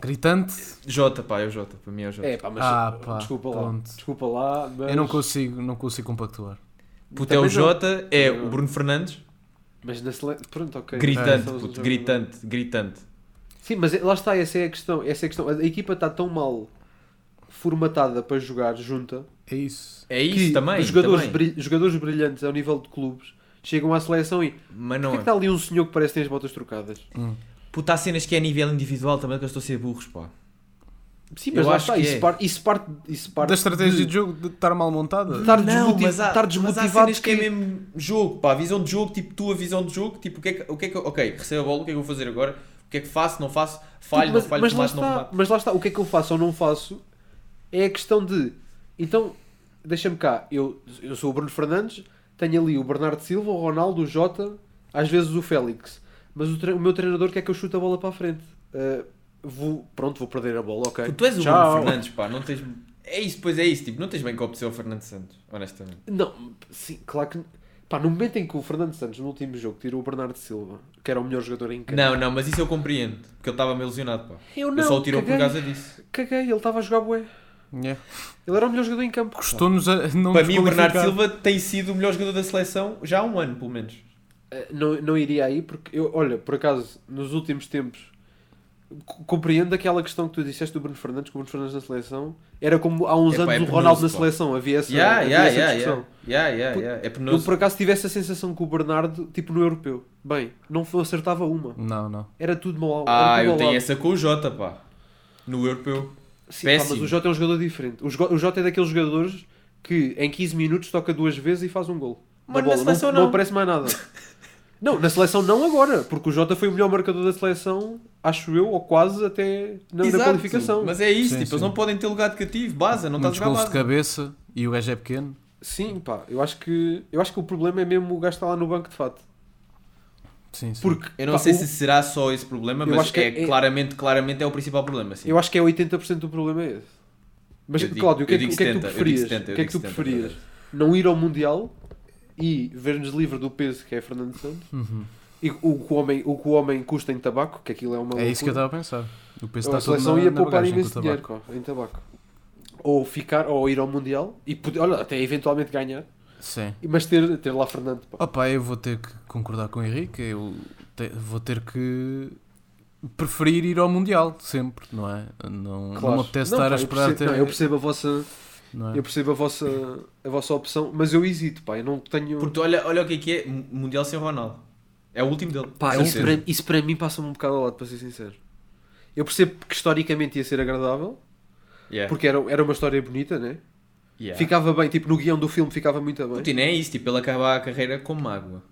[SPEAKER 1] Gritante?
[SPEAKER 3] Jota, pá, é o Jota, para mim é o Jota.
[SPEAKER 2] É, pá, mas
[SPEAKER 1] Ah, pá,
[SPEAKER 2] desculpa lá.
[SPEAKER 1] pronto.
[SPEAKER 2] Desculpa lá, mas,
[SPEAKER 1] Eu não consigo, não consigo compactuar.
[SPEAKER 3] Puto,
[SPEAKER 2] também
[SPEAKER 3] é o
[SPEAKER 2] não.
[SPEAKER 3] Jota, é
[SPEAKER 2] Não.
[SPEAKER 3] o Bruno Fernandes,
[SPEAKER 2] mas na sele... Pronto, ok.
[SPEAKER 3] gritante,
[SPEAKER 2] São os
[SPEAKER 3] puto,
[SPEAKER 2] jogadores.
[SPEAKER 3] gritante, gritante.
[SPEAKER 2] Sim, mas lá está, essa é a questão. Essa é a questão. A equipa está tão mal formatada para jogar junta
[SPEAKER 1] É isso.
[SPEAKER 3] É isso
[SPEAKER 2] que
[SPEAKER 3] também,
[SPEAKER 2] os jogadores,
[SPEAKER 3] também.
[SPEAKER 2] bril- jogadores brilhantes ao nível de clubes chegam à seleção e
[SPEAKER 3] Mas
[SPEAKER 2] por
[SPEAKER 3] não
[SPEAKER 2] que
[SPEAKER 3] é. Hum.
[SPEAKER 2] está ali um senhor que parece que tem as botas trocadas?
[SPEAKER 3] Puto, há cenas que é a nível individual também que eu estou a ser burros, pá.
[SPEAKER 2] Sim,
[SPEAKER 3] Eu
[SPEAKER 2] mas lá
[SPEAKER 3] acho
[SPEAKER 2] está,
[SPEAKER 3] que
[SPEAKER 2] isso,
[SPEAKER 3] é.
[SPEAKER 2] parte, isso parte. Isso parte
[SPEAKER 1] Da estratégia de jogo de estar mal montada?
[SPEAKER 2] de estar desmotiv-
[SPEAKER 3] mas
[SPEAKER 2] estar
[SPEAKER 3] há, mas há
[SPEAKER 2] Tá desmotivado.
[SPEAKER 3] cenas que...
[SPEAKER 2] que-
[SPEAKER 3] é mesmo jogo, pá, visão de jogo, tipo, tua visão de jogo, tipo, o que é que, o que, é que eu- ok, recebo a bola, o que é que eu vou fazer agora? O que é que faço, não faço, falho,
[SPEAKER 2] Tipo, mas,
[SPEAKER 3] não falho,
[SPEAKER 2] mas lá
[SPEAKER 3] remato, não
[SPEAKER 2] está,
[SPEAKER 3] remato.
[SPEAKER 2] mas lá está, o que é que eu faço ou não faço é a questão de. Então, deixa-me cá, eu, eu sou o Bruno Fernandes, tenho ali o Bernardo Silva, o Ronaldo, o Jota, às vezes o Félix, mas o, tre- o meu treinador quer que eu chute a bola para a frente. Ah, vou, pronto, vou perder a bola, ok.
[SPEAKER 3] Puto, Tu és o
[SPEAKER 2] Tchau.
[SPEAKER 3] Bruno Fernandes, pá, não tens. É isso, pois é isso, tipo, não tens bem que obedecer ao Fernando Santos, honestamente.
[SPEAKER 2] Não, sim, claro que. Pá, no momento em que o Fernando Santos, no último jogo, tirou o Bernardo Silva, que era o melhor jogador em campo.
[SPEAKER 3] Não, não, mas isso eu compreendo, porque ele estava meio lesionado, pá.
[SPEAKER 2] eu
[SPEAKER 3] Eu
[SPEAKER 2] não.
[SPEAKER 3] só o tirou por
[SPEAKER 2] caguei,
[SPEAKER 3] causa disso.
[SPEAKER 2] Caguei, ele estava a jogar bué.
[SPEAKER 1] Yeah.
[SPEAKER 2] Ele era o melhor jogador em campo.
[SPEAKER 1] Custou-nos a não
[SPEAKER 3] Para mim, o Bernardo
[SPEAKER 1] desqualificar.
[SPEAKER 3] Silva tem sido o melhor jogador da seleção já há um ano, pelo menos.
[SPEAKER 2] Uh, não, não iria aí porque eu, olha, por acaso, nos últimos tempos c- compreendo aquela questão que tu disseste do Bruno Fernandes, que o Bruno Fernandes na seleção era como há uns
[SPEAKER 3] Epá,
[SPEAKER 2] anos
[SPEAKER 3] é
[SPEAKER 2] o
[SPEAKER 3] penoso,
[SPEAKER 2] Ronaldo na
[SPEAKER 3] pá.
[SPEAKER 2] seleção, havia essa,
[SPEAKER 3] Yeah,
[SPEAKER 2] havia
[SPEAKER 3] yeah,
[SPEAKER 2] essa
[SPEAKER 3] yeah,
[SPEAKER 2] discussão.
[SPEAKER 3] yeah. Yeah, yeah, yeah. É
[SPEAKER 2] Eu
[SPEAKER 3] penoso.
[SPEAKER 2] por acaso tivesse a sensação que o Bernardo, tipo no europeu, bem, não f- acertava uma,
[SPEAKER 1] Não, não.
[SPEAKER 2] era tudo mal. era
[SPEAKER 3] Ah,
[SPEAKER 2] tudo
[SPEAKER 3] eu
[SPEAKER 2] ao
[SPEAKER 3] tenho
[SPEAKER 2] lado.
[SPEAKER 3] essa com o Jota, pá. No europeu.
[SPEAKER 2] Sim, pá, mas
[SPEAKER 3] péssimo.
[SPEAKER 2] o Jota é um jogador diferente. O, Jo- o Jota é daqueles jogadores que em 15 minutos toca duas vezes e faz um gol.
[SPEAKER 3] Mas
[SPEAKER 2] Na
[SPEAKER 3] na
[SPEAKER 2] bola,
[SPEAKER 3] seleção
[SPEAKER 2] não
[SPEAKER 3] não.
[SPEAKER 2] aparece mais nada. Não, na seleção não agora, porque o Jota foi o melhor marcador da seleção, acho eu, ou quase até na, na
[SPEAKER 3] Exato,
[SPEAKER 2] qualificação.
[SPEAKER 3] Mas é isso,
[SPEAKER 1] Sim,
[SPEAKER 3] tipo,
[SPEAKER 1] sim.
[SPEAKER 3] eles não podem ter lugar de cativo, baza, não estás
[SPEAKER 1] Muitos
[SPEAKER 3] a jogar
[SPEAKER 1] gols de
[SPEAKER 3] baza.
[SPEAKER 1] cabeça e o gajo é pequeno.
[SPEAKER 2] Sim, pá, eu acho que eu acho que o problema é mesmo o gajo estar lá no banco de fato.
[SPEAKER 1] Sim, sim.
[SPEAKER 2] Porque
[SPEAKER 3] Eu não
[SPEAKER 2] pá,
[SPEAKER 3] sei
[SPEAKER 2] o-
[SPEAKER 3] se será só esse problema,
[SPEAKER 2] Eu
[SPEAKER 3] mas
[SPEAKER 2] acho que
[SPEAKER 3] é,
[SPEAKER 2] é-
[SPEAKER 3] claramente, claramente é o principal problema, sim.
[SPEAKER 2] eu acho que é 80% do problema é esse. Mas,
[SPEAKER 3] Eu digo-
[SPEAKER 2] Cláudio, o que, é
[SPEAKER 3] eu
[SPEAKER 2] que-
[SPEAKER 3] digo
[SPEAKER 2] o que é que tu
[SPEAKER 3] 70, eu
[SPEAKER 2] preferias?
[SPEAKER 3] digo 70,
[SPEAKER 2] o
[SPEAKER 3] eu
[SPEAKER 2] que é que tu
[SPEAKER 3] digo 70,
[SPEAKER 2] preferias? Não ir ao Mundial e ver-nos livre do peso que é Fernando Santos e o que o homem, o que o homem custa em tabaco, que aquilo é uma
[SPEAKER 1] É isso que eu
[SPEAKER 2] loucura.
[SPEAKER 1] estava a pensar. O peso está
[SPEAKER 2] Ou a
[SPEAKER 1] todo
[SPEAKER 2] seleção
[SPEAKER 1] na,
[SPEAKER 2] ia
[SPEAKER 1] na
[SPEAKER 2] poupar
[SPEAKER 1] bagagem com o
[SPEAKER 2] imenso dinheiro
[SPEAKER 1] tabaco.
[SPEAKER 2] co- em tabaco. Ou ficar, ou ir ao Mundial e poder, olha, até eventualmente ganhar,
[SPEAKER 1] Sim.
[SPEAKER 2] mas ter, ter lá Fernando. pá.
[SPEAKER 1] Opa, eu vou ter que concordar com o Henrique. Eu te- vou ter que preferir ir ao Mundial, sempre, não é? Não, não me apetece estar
[SPEAKER 2] Não, pá,
[SPEAKER 1] a
[SPEAKER 2] eu
[SPEAKER 1] esperar
[SPEAKER 2] percebo-
[SPEAKER 1] até.
[SPEAKER 2] não, eu percebo a vossa,
[SPEAKER 1] não é?
[SPEAKER 2] eu percebo a vossa, a vossa opção, mas eu hesito, pá, eu não tenho.
[SPEAKER 3] Porque tu olha, olha o que é que é mu- Mundial sem Ronaldo. É o último dele.
[SPEAKER 2] Pá, um
[SPEAKER 3] é o
[SPEAKER 2] isso, para, isso para mim passa-me um bocado ao lado, para ser sincero. Eu percebo que historicamente ia ser agradável,
[SPEAKER 3] Yeah.
[SPEAKER 2] porque era, era uma história bonita, né?
[SPEAKER 3] Yeah.
[SPEAKER 2] Ficava bem, tipo, no guião do filme ficava muito bem.
[SPEAKER 3] Putin, é isso, tipo, ele acaba a carreira como água.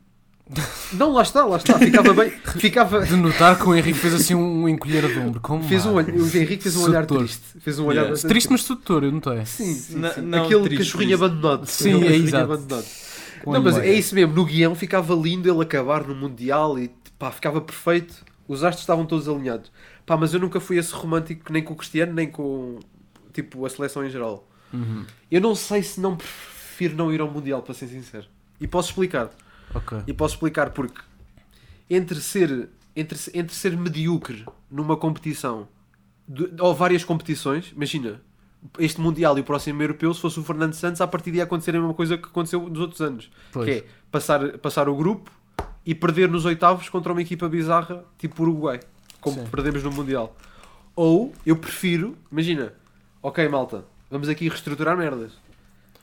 [SPEAKER 2] Não, lá está, lá está, ficava bem. Ficava.
[SPEAKER 1] De notar que o Henrique fez assim um um encolher de ombro. Como
[SPEAKER 2] Fez um
[SPEAKER 1] há?
[SPEAKER 2] olho, o Henrique fez um olhar
[SPEAKER 1] Sedutor.
[SPEAKER 2] triste. Fez um olhar
[SPEAKER 3] Yeah.
[SPEAKER 2] bastante
[SPEAKER 1] Triste, mas sedutor, eu notei.
[SPEAKER 2] Sim, sim,
[SPEAKER 3] Na-
[SPEAKER 2] sim.
[SPEAKER 3] não,
[SPEAKER 2] Aquele
[SPEAKER 3] triste,
[SPEAKER 2] cachorrinho
[SPEAKER 3] triste.
[SPEAKER 2] abandonado.
[SPEAKER 1] Sim,
[SPEAKER 2] Aquele
[SPEAKER 1] é
[SPEAKER 2] cachorrinho
[SPEAKER 1] exato.
[SPEAKER 2] abandonado.
[SPEAKER 1] Com
[SPEAKER 2] Não, mas é
[SPEAKER 1] animais.
[SPEAKER 2] isso mesmo. No guião ficava lindo ele acabar no Mundial e pá, ficava perfeito. Os astros estavam todos alinhados. Pá, mas eu nunca fui esse romântico nem com o Cristiano, nem com tipo, a seleção em geral.
[SPEAKER 1] Uhum.
[SPEAKER 2] Eu não sei se não prefiro não ir ao Mundial, para ser sincero. E posso explicar.
[SPEAKER 1] Ok.
[SPEAKER 2] E posso explicar porque entre ser, entre, se- entre ser medíocre numa competição de- ou várias competições, imagina este Mundial e o próximo Europeu, se fosse o Fernando Santos, à partida ia acontecer a mesma coisa que aconteceu nos outros anos,
[SPEAKER 1] Pois.
[SPEAKER 2] que é passar, passar o grupo e perder nos oitavos contra uma equipa bizarra tipo o Uruguai, como
[SPEAKER 1] Sim.
[SPEAKER 2] perdemos no Mundial. Ou eu prefiro, imagina, ok malta, vamos aqui reestruturar merdas.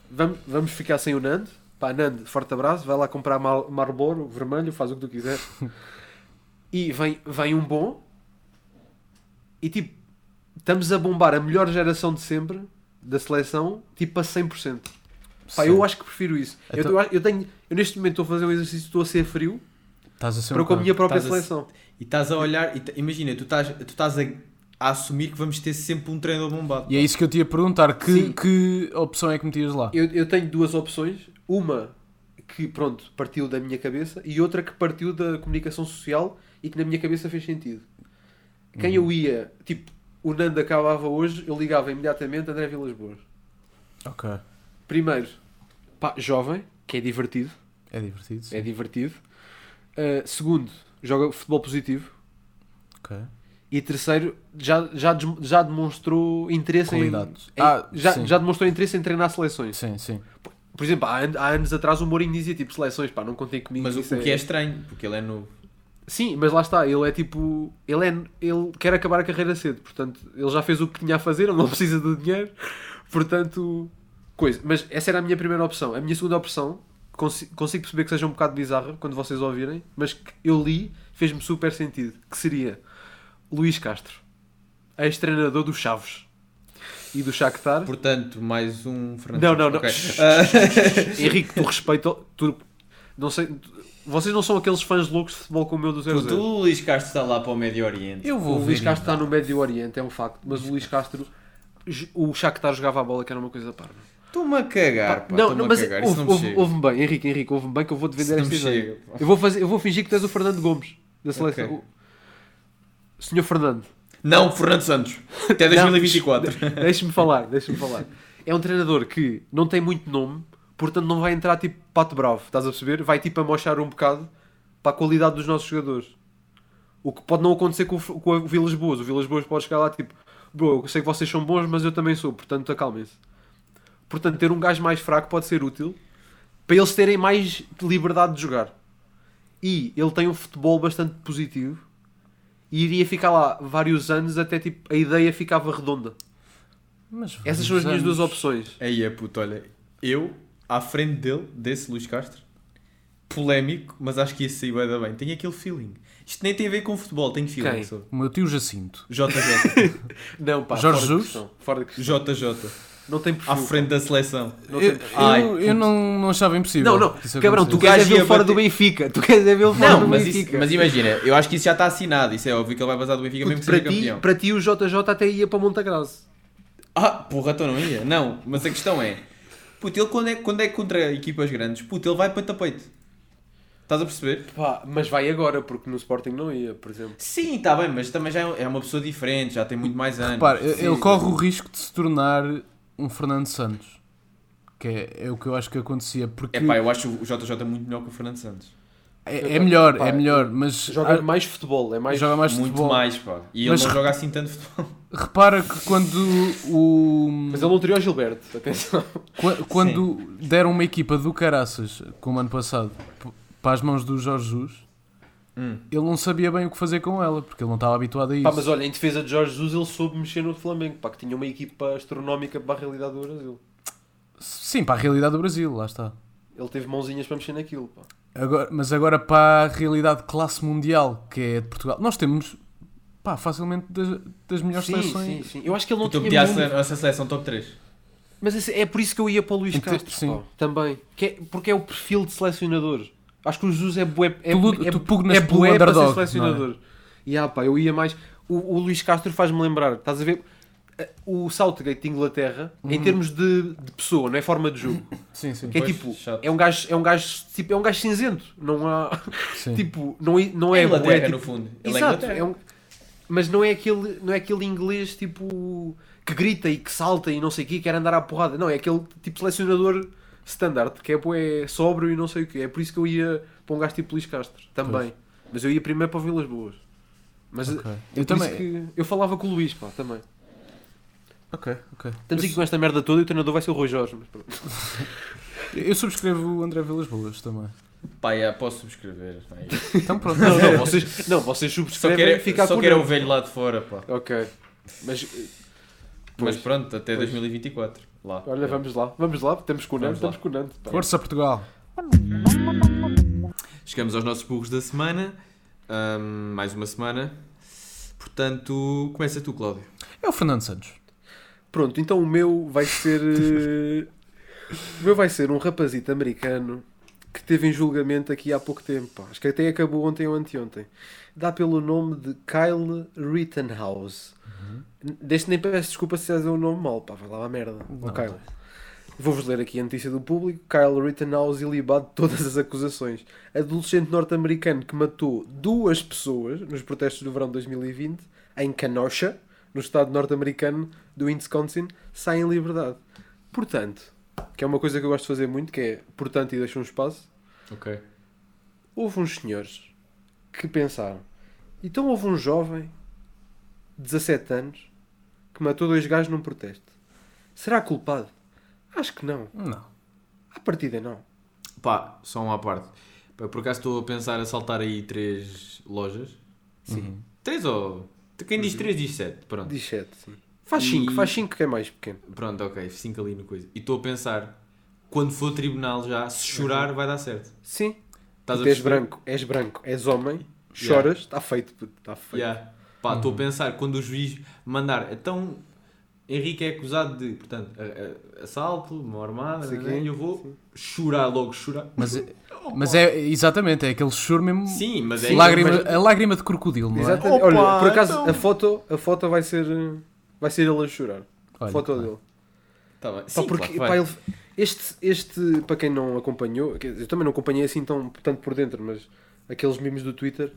[SPEAKER 2] Vamos, vamos ficar sem o Nando. Pá, Nando, forte abraço. Vai lá comprar Mar Marlboro, vermelho, faz o que tu quiser. e vem, vem um bom. E tipo, estamos a bombar a melhor geração de sempre da seleção, tipo a 100%. Pá,
[SPEAKER 1] Sim.
[SPEAKER 2] eu acho que prefiro isso. Eu
[SPEAKER 1] Então-
[SPEAKER 2] tô- Eu, tenho, eu neste momento estou a fazer um exercício, estou a ser frio
[SPEAKER 1] Estás a ser
[SPEAKER 2] para
[SPEAKER 1] um
[SPEAKER 2] com a minha
[SPEAKER 1] bocado-
[SPEAKER 2] própria
[SPEAKER 3] Estás a-
[SPEAKER 2] seleção.
[SPEAKER 3] E estás a olhar, e t- imagina, tu estás, tu estás a, a assumir que vamos ter sempre um treinador bombado.
[SPEAKER 1] E é isso que eu te ia perguntar. Que,
[SPEAKER 2] Sim.
[SPEAKER 1] que opção é que metias lá?
[SPEAKER 2] Eu, eu tenho duas opções. Uma que, pronto, partiu da minha cabeça e outra que partiu da comunicação social e que na minha cabeça fez sentido. Quem eu ia, tipo, o Nando acabava hoje, eu ligava imediatamente a André Vilas Boas.
[SPEAKER 1] Ok.
[SPEAKER 2] Primeiro, pá, jovem, que é divertido,
[SPEAKER 1] É divertido. sim.
[SPEAKER 2] é divertido. Uh, segundo, joga futebol positivo.
[SPEAKER 1] Ok.
[SPEAKER 2] E terceiro, já, já, des- já demonstrou interesse
[SPEAKER 1] Qualidade.
[SPEAKER 2] em. em-
[SPEAKER 1] Ah,
[SPEAKER 2] já,
[SPEAKER 1] sim.
[SPEAKER 2] já demonstrou interesse em treinar seleções.
[SPEAKER 1] Sim, sim.
[SPEAKER 2] Por exemplo, há, an- há anos atrás o Mourinho dizia tipo seleções, pá, não contem comigo.
[SPEAKER 3] Mas o,
[SPEAKER 2] isso
[SPEAKER 3] o que é estranho, porque ele é novo.
[SPEAKER 2] Sim, mas lá está, ele é tipo. Ele, é, ele quer acabar a carreira cedo, portanto, ele já fez o que tinha a fazer, ele não precisa do dinheiro, portanto. Coisa. Mas essa era a minha primeira opção. A minha segunda opção, consi- consigo perceber que seja um bocado bizarra quando vocês ouvirem, mas que eu li, fez-me super sentido, que seria Luís Castro, ex-treinador do Chaves e do Shakhtar.
[SPEAKER 3] Portanto, mais um Fernando
[SPEAKER 2] Não,
[SPEAKER 3] Santos.
[SPEAKER 2] não, não.
[SPEAKER 3] Ok. Ah,
[SPEAKER 2] Henrique, tu respeita. Tu, não sei, tu- vocês não são aqueles fãs loucos de futebol como eu do 0
[SPEAKER 3] Puto, o Luís Castro está lá para o Médio Oriente.
[SPEAKER 1] Eu vou
[SPEAKER 2] O
[SPEAKER 1] ver.
[SPEAKER 2] Luís Castro está no Médio Oriente, é um facto, mas o Luís Castro. j- O Shakhtar jogava a bola que era uma coisa parva.
[SPEAKER 3] Estou-me a cagar, pá.
[SPEAKER 2] Não,
[SPEAKER 3] Estou-me
[SPEAKER 2] não,
[SPEAKER 3] a
[SPEAKER 2] mas
[SPEAKER 3] cagar. Isso
[SPEAKER 2] ouve-
[SPEAKER 3] não me
[SPEAKER 2] ouve-
[SPEAKER 3] chega.
[SPEAKER 2] ouve-me bem, Henrique, Henrique, ouve-me bem que eu vou te
[SPEAKER 3] Isso
[SPEAKER 2] vender
[SPEAKER 3] não
[SPEAKER 2] esta
[SPEAKER 3] me
[SPEAKER 2] ideia.
[SPEAKER 3] chega. pá.
[SPEAKER 2] Eu vou, fazer, eu vou fingir que tu és o Fernando Gomes, da seleção.
[SPEAKER 3] Ok.
[SPEAKER 2] O... Senhor Fernando,
[SPEAKER 3] Não, Fernando Santos. Até 2024.
[SPEAKER 2] deixa-me falar, deixa-me falar. É um treinador que não tem muito nome, portanto não vai entrar tipo pato bravo, estás a perceber? Vai tipo a mostrar um bocado para a qualidade dos nossos jogadores. O que pode não acontecer com o, F- com o Vilas Boas. O Vilas Boas pode chegar lá tipo, bro, eu sei que vocês são bons, mas eu também sou, portanto acalmem-se. Portanto, ter um gajo mais fraco pode ser útil para eles terem mais liberdade de jogar. E ele tem um futebol bastante positivo e iria ficar lá vários anos até tipo a ideia ficava redonda.
[SPEAKER 1] Mas
[SPEAKER 2] Essas são as minhas
[SPEAKER 1] vamos-
[SPEAKER 2] duas opções.
[SPEAKER 3] Aí é puto, olha, eu, à frente dele, desse Luís Castro, polémico, mas acho que ia sair bué da bem. Tenho aquele feeling. Isto nem tem a ver com futebol, tem feeling.
[SPEAKER 2] Quem?
[SPEAKER 3] só.
[SPEAKER 1] O meu tio Jacinto.
[SPEAKER 3] JJ.
[SPEAKER 2] Não, pá,
[SPEAKER 1] Jorge
[SPEAKER 2] fora de
[SPEAKER 1] Jesus?
[SPEAKER 2] questão. Fora de questão.
[SPEAKER 3] JJ.
[SPEAKER 2] Não tem
[SPEAKER 3] À
[SPEAKER 2] perfil.
[SPEAKER 3] frente da seleção.
[SPEAKER 2] Não tem
[SPEAKER 1] eu
[SPEAKER 2] perfil.
[SPEAKER 3] Ai,
[SPEAKER 1] eu, eu não, não achava impossível.
[SPEAKER 2] Não, não,
[SPEAKER 1] que isso
[SPEAKER 2] cabrão, tu
[SPEAKER 1] acontecesse.
[SPEAKER 2] queres
[SPEAKER 3] gajo ia
[SPEAKER 2] ver fora
[SPEAKER 3] bater-
[SPEAKER 2] do Benfica, tu queres ver fora
[SPEAKER 3] Não,
[SPEAKER 2] do
[SPEAKER 3] mas, isso-
[SPEAKER 2] tá Benfica.
[SPEAKER 3] mas imagina, eu acho que isso já está assinado. Isso é óbvio que ele vai vazar do Benfica mesmo que
[SPEAKER 2] para,
[SPEAKER 3] seja
[SPEAKER 2] ti,
[SPEAKER 3] campeão.
[SPEAKER 2] para ti o JJ até ia para Montagrasse.
[SPEAKER 3] Ah, porra, então não ia. Não, mas a questão é: puto, ele quando é, quando é contra equipas grandes, puto, ele vai para tapete. Estás a perceber?
[SPEAKER 2] Pá, mas vai agora, porque no Sporting não ia, por exemplo.
[SPEAKER 3] Sim, tá está bem, mas também já é um- é uma pessoa diferente, já tem muito mais anos.
[SPEAKER 1] Repara, ele
[SPEAKER 2] Sim.
[SPEAKER 1] corre o risco de se tornar um Fernando Santos. Que é, é o que eu acho que acontecia. Porque
[SPEAKER 5] É pá, eu acho o JJ muito melhor que o Fernando Santos.
[SPEAKER 1] é, é melhor,
[SPEAKER 2] Pá,
[SPEAKER 1] é melhor, mas
[SPEAKER 2] Joga
[SPEAKER 1] ah,
[SPEAKER 2] mais futebol, é mais.
[SPEAKER 1] joga mais
[SPEAKER 5] muito
[SPEAKER 1] futebol.
[SPEAKER 5] mais, pá. E ele
[SPEAKER 1] Mas
[SPEAKER 5] não
[SPEAKER 1] re-
[SPEAKER 5] joga assim tanto futebol.
[SPEAKER 1] Repara que quando o.
[SPEAKER 2] Mas ele não teria o Gilberto, atenção.
[SPEAKER 1] Qua- Quando deram uma equipa do caraças, como ano passado, p- para as mãos do Jorge Jus,
[SPEAKER 5] Hum.
[SPEAKER 1] ele não sabia bem o que fazer com ela, porque ele não estava habituado a isso.
[SPEAKER 2] Pá, mas olha, em defesa de Jorge Jesus, ele soube mexer no Flamengo, pá, que tinha uma equipa astronómica para a realidade do Brasil.
[SPEAKER 1] Sim, para a realidade do Brasil, lá está.
[SPEAKER 2] Ele teve mãozinhas para mexer naquilo, pá.
[SPEAKER 1] Agora- mas agora para a realidade de classe mundial, que é a de Portugal, nós temos pá, facilmente das, das melhores
[SPEAKER 2] Sim,
[SPEAKER 1] seleções.
[SPEAKER 2] sim, sim. Eu acho que ele não
[SPEAKER 5] Então
[SPEAKER 2] tinha
[SPEAKER 5] podia a
[SPEAKER 2] muito-
[SPEAKER 5] sele- a nossa seleção top 3.
[SPEAKER 2] Mas esse- é por isso que eu ia para o Luís
[SPEAKER 1] Então,
[SPEAKER 2] Castro,
[SPEAKER 1] sim.
[SPEAKER 2] pá, também. Que é- porque é o perfil de selecionador. Acho que o Jesus é bué, é,
[SPEAKER 1] Tu lu-
[SPEAKER 2] é,
[SPEAKER 1] tu pugnas
[SPEAKER 2] é
[SPEAKER 1] pelo
[SPEAKER 2] bué para ser
[SPEAKER 1] underdog,
[SPEAKER 2] selecionador. E ah, pá, eu ia mais... O, o Luís Castro faz-me lembrar, estás a ver... eh, O Southgate de Inglaterra,
[SPEAKER 1] Uhum.
[SPEAKER 2] em termos de, de pessoa, não é forma de jogo.
[SPEAKER 1] sim, sim.
[SPEAKER 2] Que é
[SPEAKER 5] Pois,
[SPEAKER 2] tipo,
[SPEAKER 5] chato.
[SPEAKER 2] é um gajo, é um gajo, tipo, é um gajo cinzento, não há,
[SPEAKER 1] Sim.
[SPEAKER 2] tipo, não, é- não
[SPEAKER 5] É
[SPEAKER 2] é,
[SPEAKER 5] Inglaterra,
[SPEAKER 2] bué, tipo,
[SPEAKER 5] no fundo. Ele é
[SPEAKER 2] Exato,
[SPEAKER 5] Inglaterra.
[SPEAKER 2] é um- mas não é, aquele, não é aquele inglês tipo que grita e que salta e não sei o que quer andar à porrada. Não, é aquele tipo selecionador standard que é, bué sóbrio e não sei o que. É por isso que eu ia para um gajo tipo Luís Castro também. Mas eu ia primeiro para o Vilas Boas. Mas tipo,
[SPEAKER 1] Ok.
[SPEAKER 2] eu
[SPEAKER 1] Eu
[SPEAKER 2] também.
[SPEAKER 1] também.
[SPEAKER 2] eu falava com o Luís, pá, também.
[SPEAKER 1] Ok, ok.
[SPEAKER 2] Estamos aqui com esta merda toda e o treinador vai ser o Rui Jorge. mas pronto.
[SPEAKER 1] Eu subscrevo o André Vilas Boas também.
[SPEAKER 2] um-
[SPEAKER 5] Pá, é, posso subscrever. não é isso.
[SPEAKER 1] Então pronto.
[SPEAKER 2] Não, não, vocês, não, vocês
[SPEAKER 5] Só
[SPEAKER 2] subscrevem
[SPEAKER 5] quero
[SPEAKER 2] e ficar
[SPEAKER 5] só
[SPEAKER 2] com
[SPEAKER 5] quero é o
[SPEAKER 2] ele.
[SPEAKER 5] velho lá de fora, pá.
[SPEAKER 2] Ok. Mas eh, Pois.
[SPEAKER 5] Mas pronto, até
[SPEAKER 2] Pois.
[SPEAKER 5] 2024. Lá. É.
[SPEAKER 2] olha, vamos lá, vamos lá, estamos com o Nantes,
[SPEAKER 5] Vamos lá.
[SPEAKER 2] estamos com o Nantes. pá.
[SPEAKER 1] é, Força Portugal.
[SPEAKER 3] Chegamos aos nossos burros da semana. Ahm, mais uma semana. Portanto, começa tu, Cláudio.
[SPEAKER 1] É o Fernando Santos.
[SPEAKER 2] Pronto, então o meu vai ser. eh, o meu vai ser um rapazito americano que teve em julgamento aqui há pouco tempo. pá. Acho que até acabou ontem ou anteontem. Dá pelo nome de Kyle Rittenhouse. Deste nem peço desculpa se és o nome mal, pá, vai lá a merda. Ó,
[SPEAKER 1] Não, é.
[SPEAKER 2] Kyle. Vou-vos ler aqui a notícia do público. Kyle Rittenhouse ilibado de todas as acusações. Adolescente norte-americano que matou duas pessoas nos protestos do verão de 2020 em Kenosha, no estado norte-americano do Wisconsin, sai em liberdade. Portanto, que é uma coisa que eu gosto de fazer muito, que é portanto e deixo um espaço.
[SPEAKER 5] Ok.
[SPEAKER 2] Houve uns senhores que pensaram: então houve um jovem, 17 anos, que matou dois gajos num protesto. Será culpado? Acho que não.
[SPEAKER 1] Não.
[SPEAKER 2] À partida, não.
[SPEAKER 3] Pá, só uma à parte. Pá, por acaso estou a pensar a saltar aí três lojas.
[SPEAKER 2] Sim.
[SPEAKER 3] Três ou. Quem diz três diz sete. Pronto.
[SPEAKER 2] Diz 7, sim. Faz
[SPEAKER 3] E-
[SPEAKER 2] 5, faz 5 que é mais pequeno.
[SPEAKER 3] Pronto, ok. Cinco ali no coisa. E estou a pensar, quando for tribunal já, se chorar vai dar certo.
[SPEAKER 2] Sim.
[SPEAKER 3] Estás
[SPEAKER 2] Tu
[SPEAKER 3] a
[SPEAKER 2] és
[SPEAKER 3] perceber?
[SPEAKER 2] branco, és branco, és homem,
[SPEAKER 3] Yeah.
[SPEAKER 2] choras, está feito, puto, está feito.
[SPEAKER 3] Yeah. Pá, estou
[SPEAKER 2] Uhum.
[SPEAKER 3] a pensar, quando o juiz mandar, então Henrique é acusado de, portanto, a- a- assalto, mão armada,
[SPEAKER 2] Sei
[SPEAKER 3] né,
[SPEAKER 2] quê.
[SPEAKER 3] e eu vou chorar logo, chorar.
[SPEAKER 1] Mas, é- mas é exatamente, é aquele choro mesmo.
[SPEAKER 3] Sim, mas é
[SPEAKER 1] lágrima,
[SPEAKER 3] mas-
[SPEAKER 1] A lágrima de crocodilo, não é?
[SPEAKER 2] Exatamente.
[SPEAKER 3] Opa,
[SPEAKER 2] Olha, por acaso
[SPEAKER 3] então-
[SPEAKER 2] a foto, a foto vai ser eh, vai ser ele a chorar. a
[SPEAKER 1] Olha,
[SPEAKER 2] foto
[SPEAKER 1] pá.
[SPEAKER 2] dele.
[SPEAKER 5] Tá bem.
[SPEAKER 2] Pá,
[SPEAKER 5] Sim,
[SPEAKER 2] porque,
[SPEAKER 5] claro,
[SPEAKER 2] pá,
[SPEAKER 5] vai.
[SPEAKER 2] ele- este, este, para quem não acompanhou, quer dizer, eu também não acompanhei assim tão, tanto por dentro, mas aqueles memes do Twitter,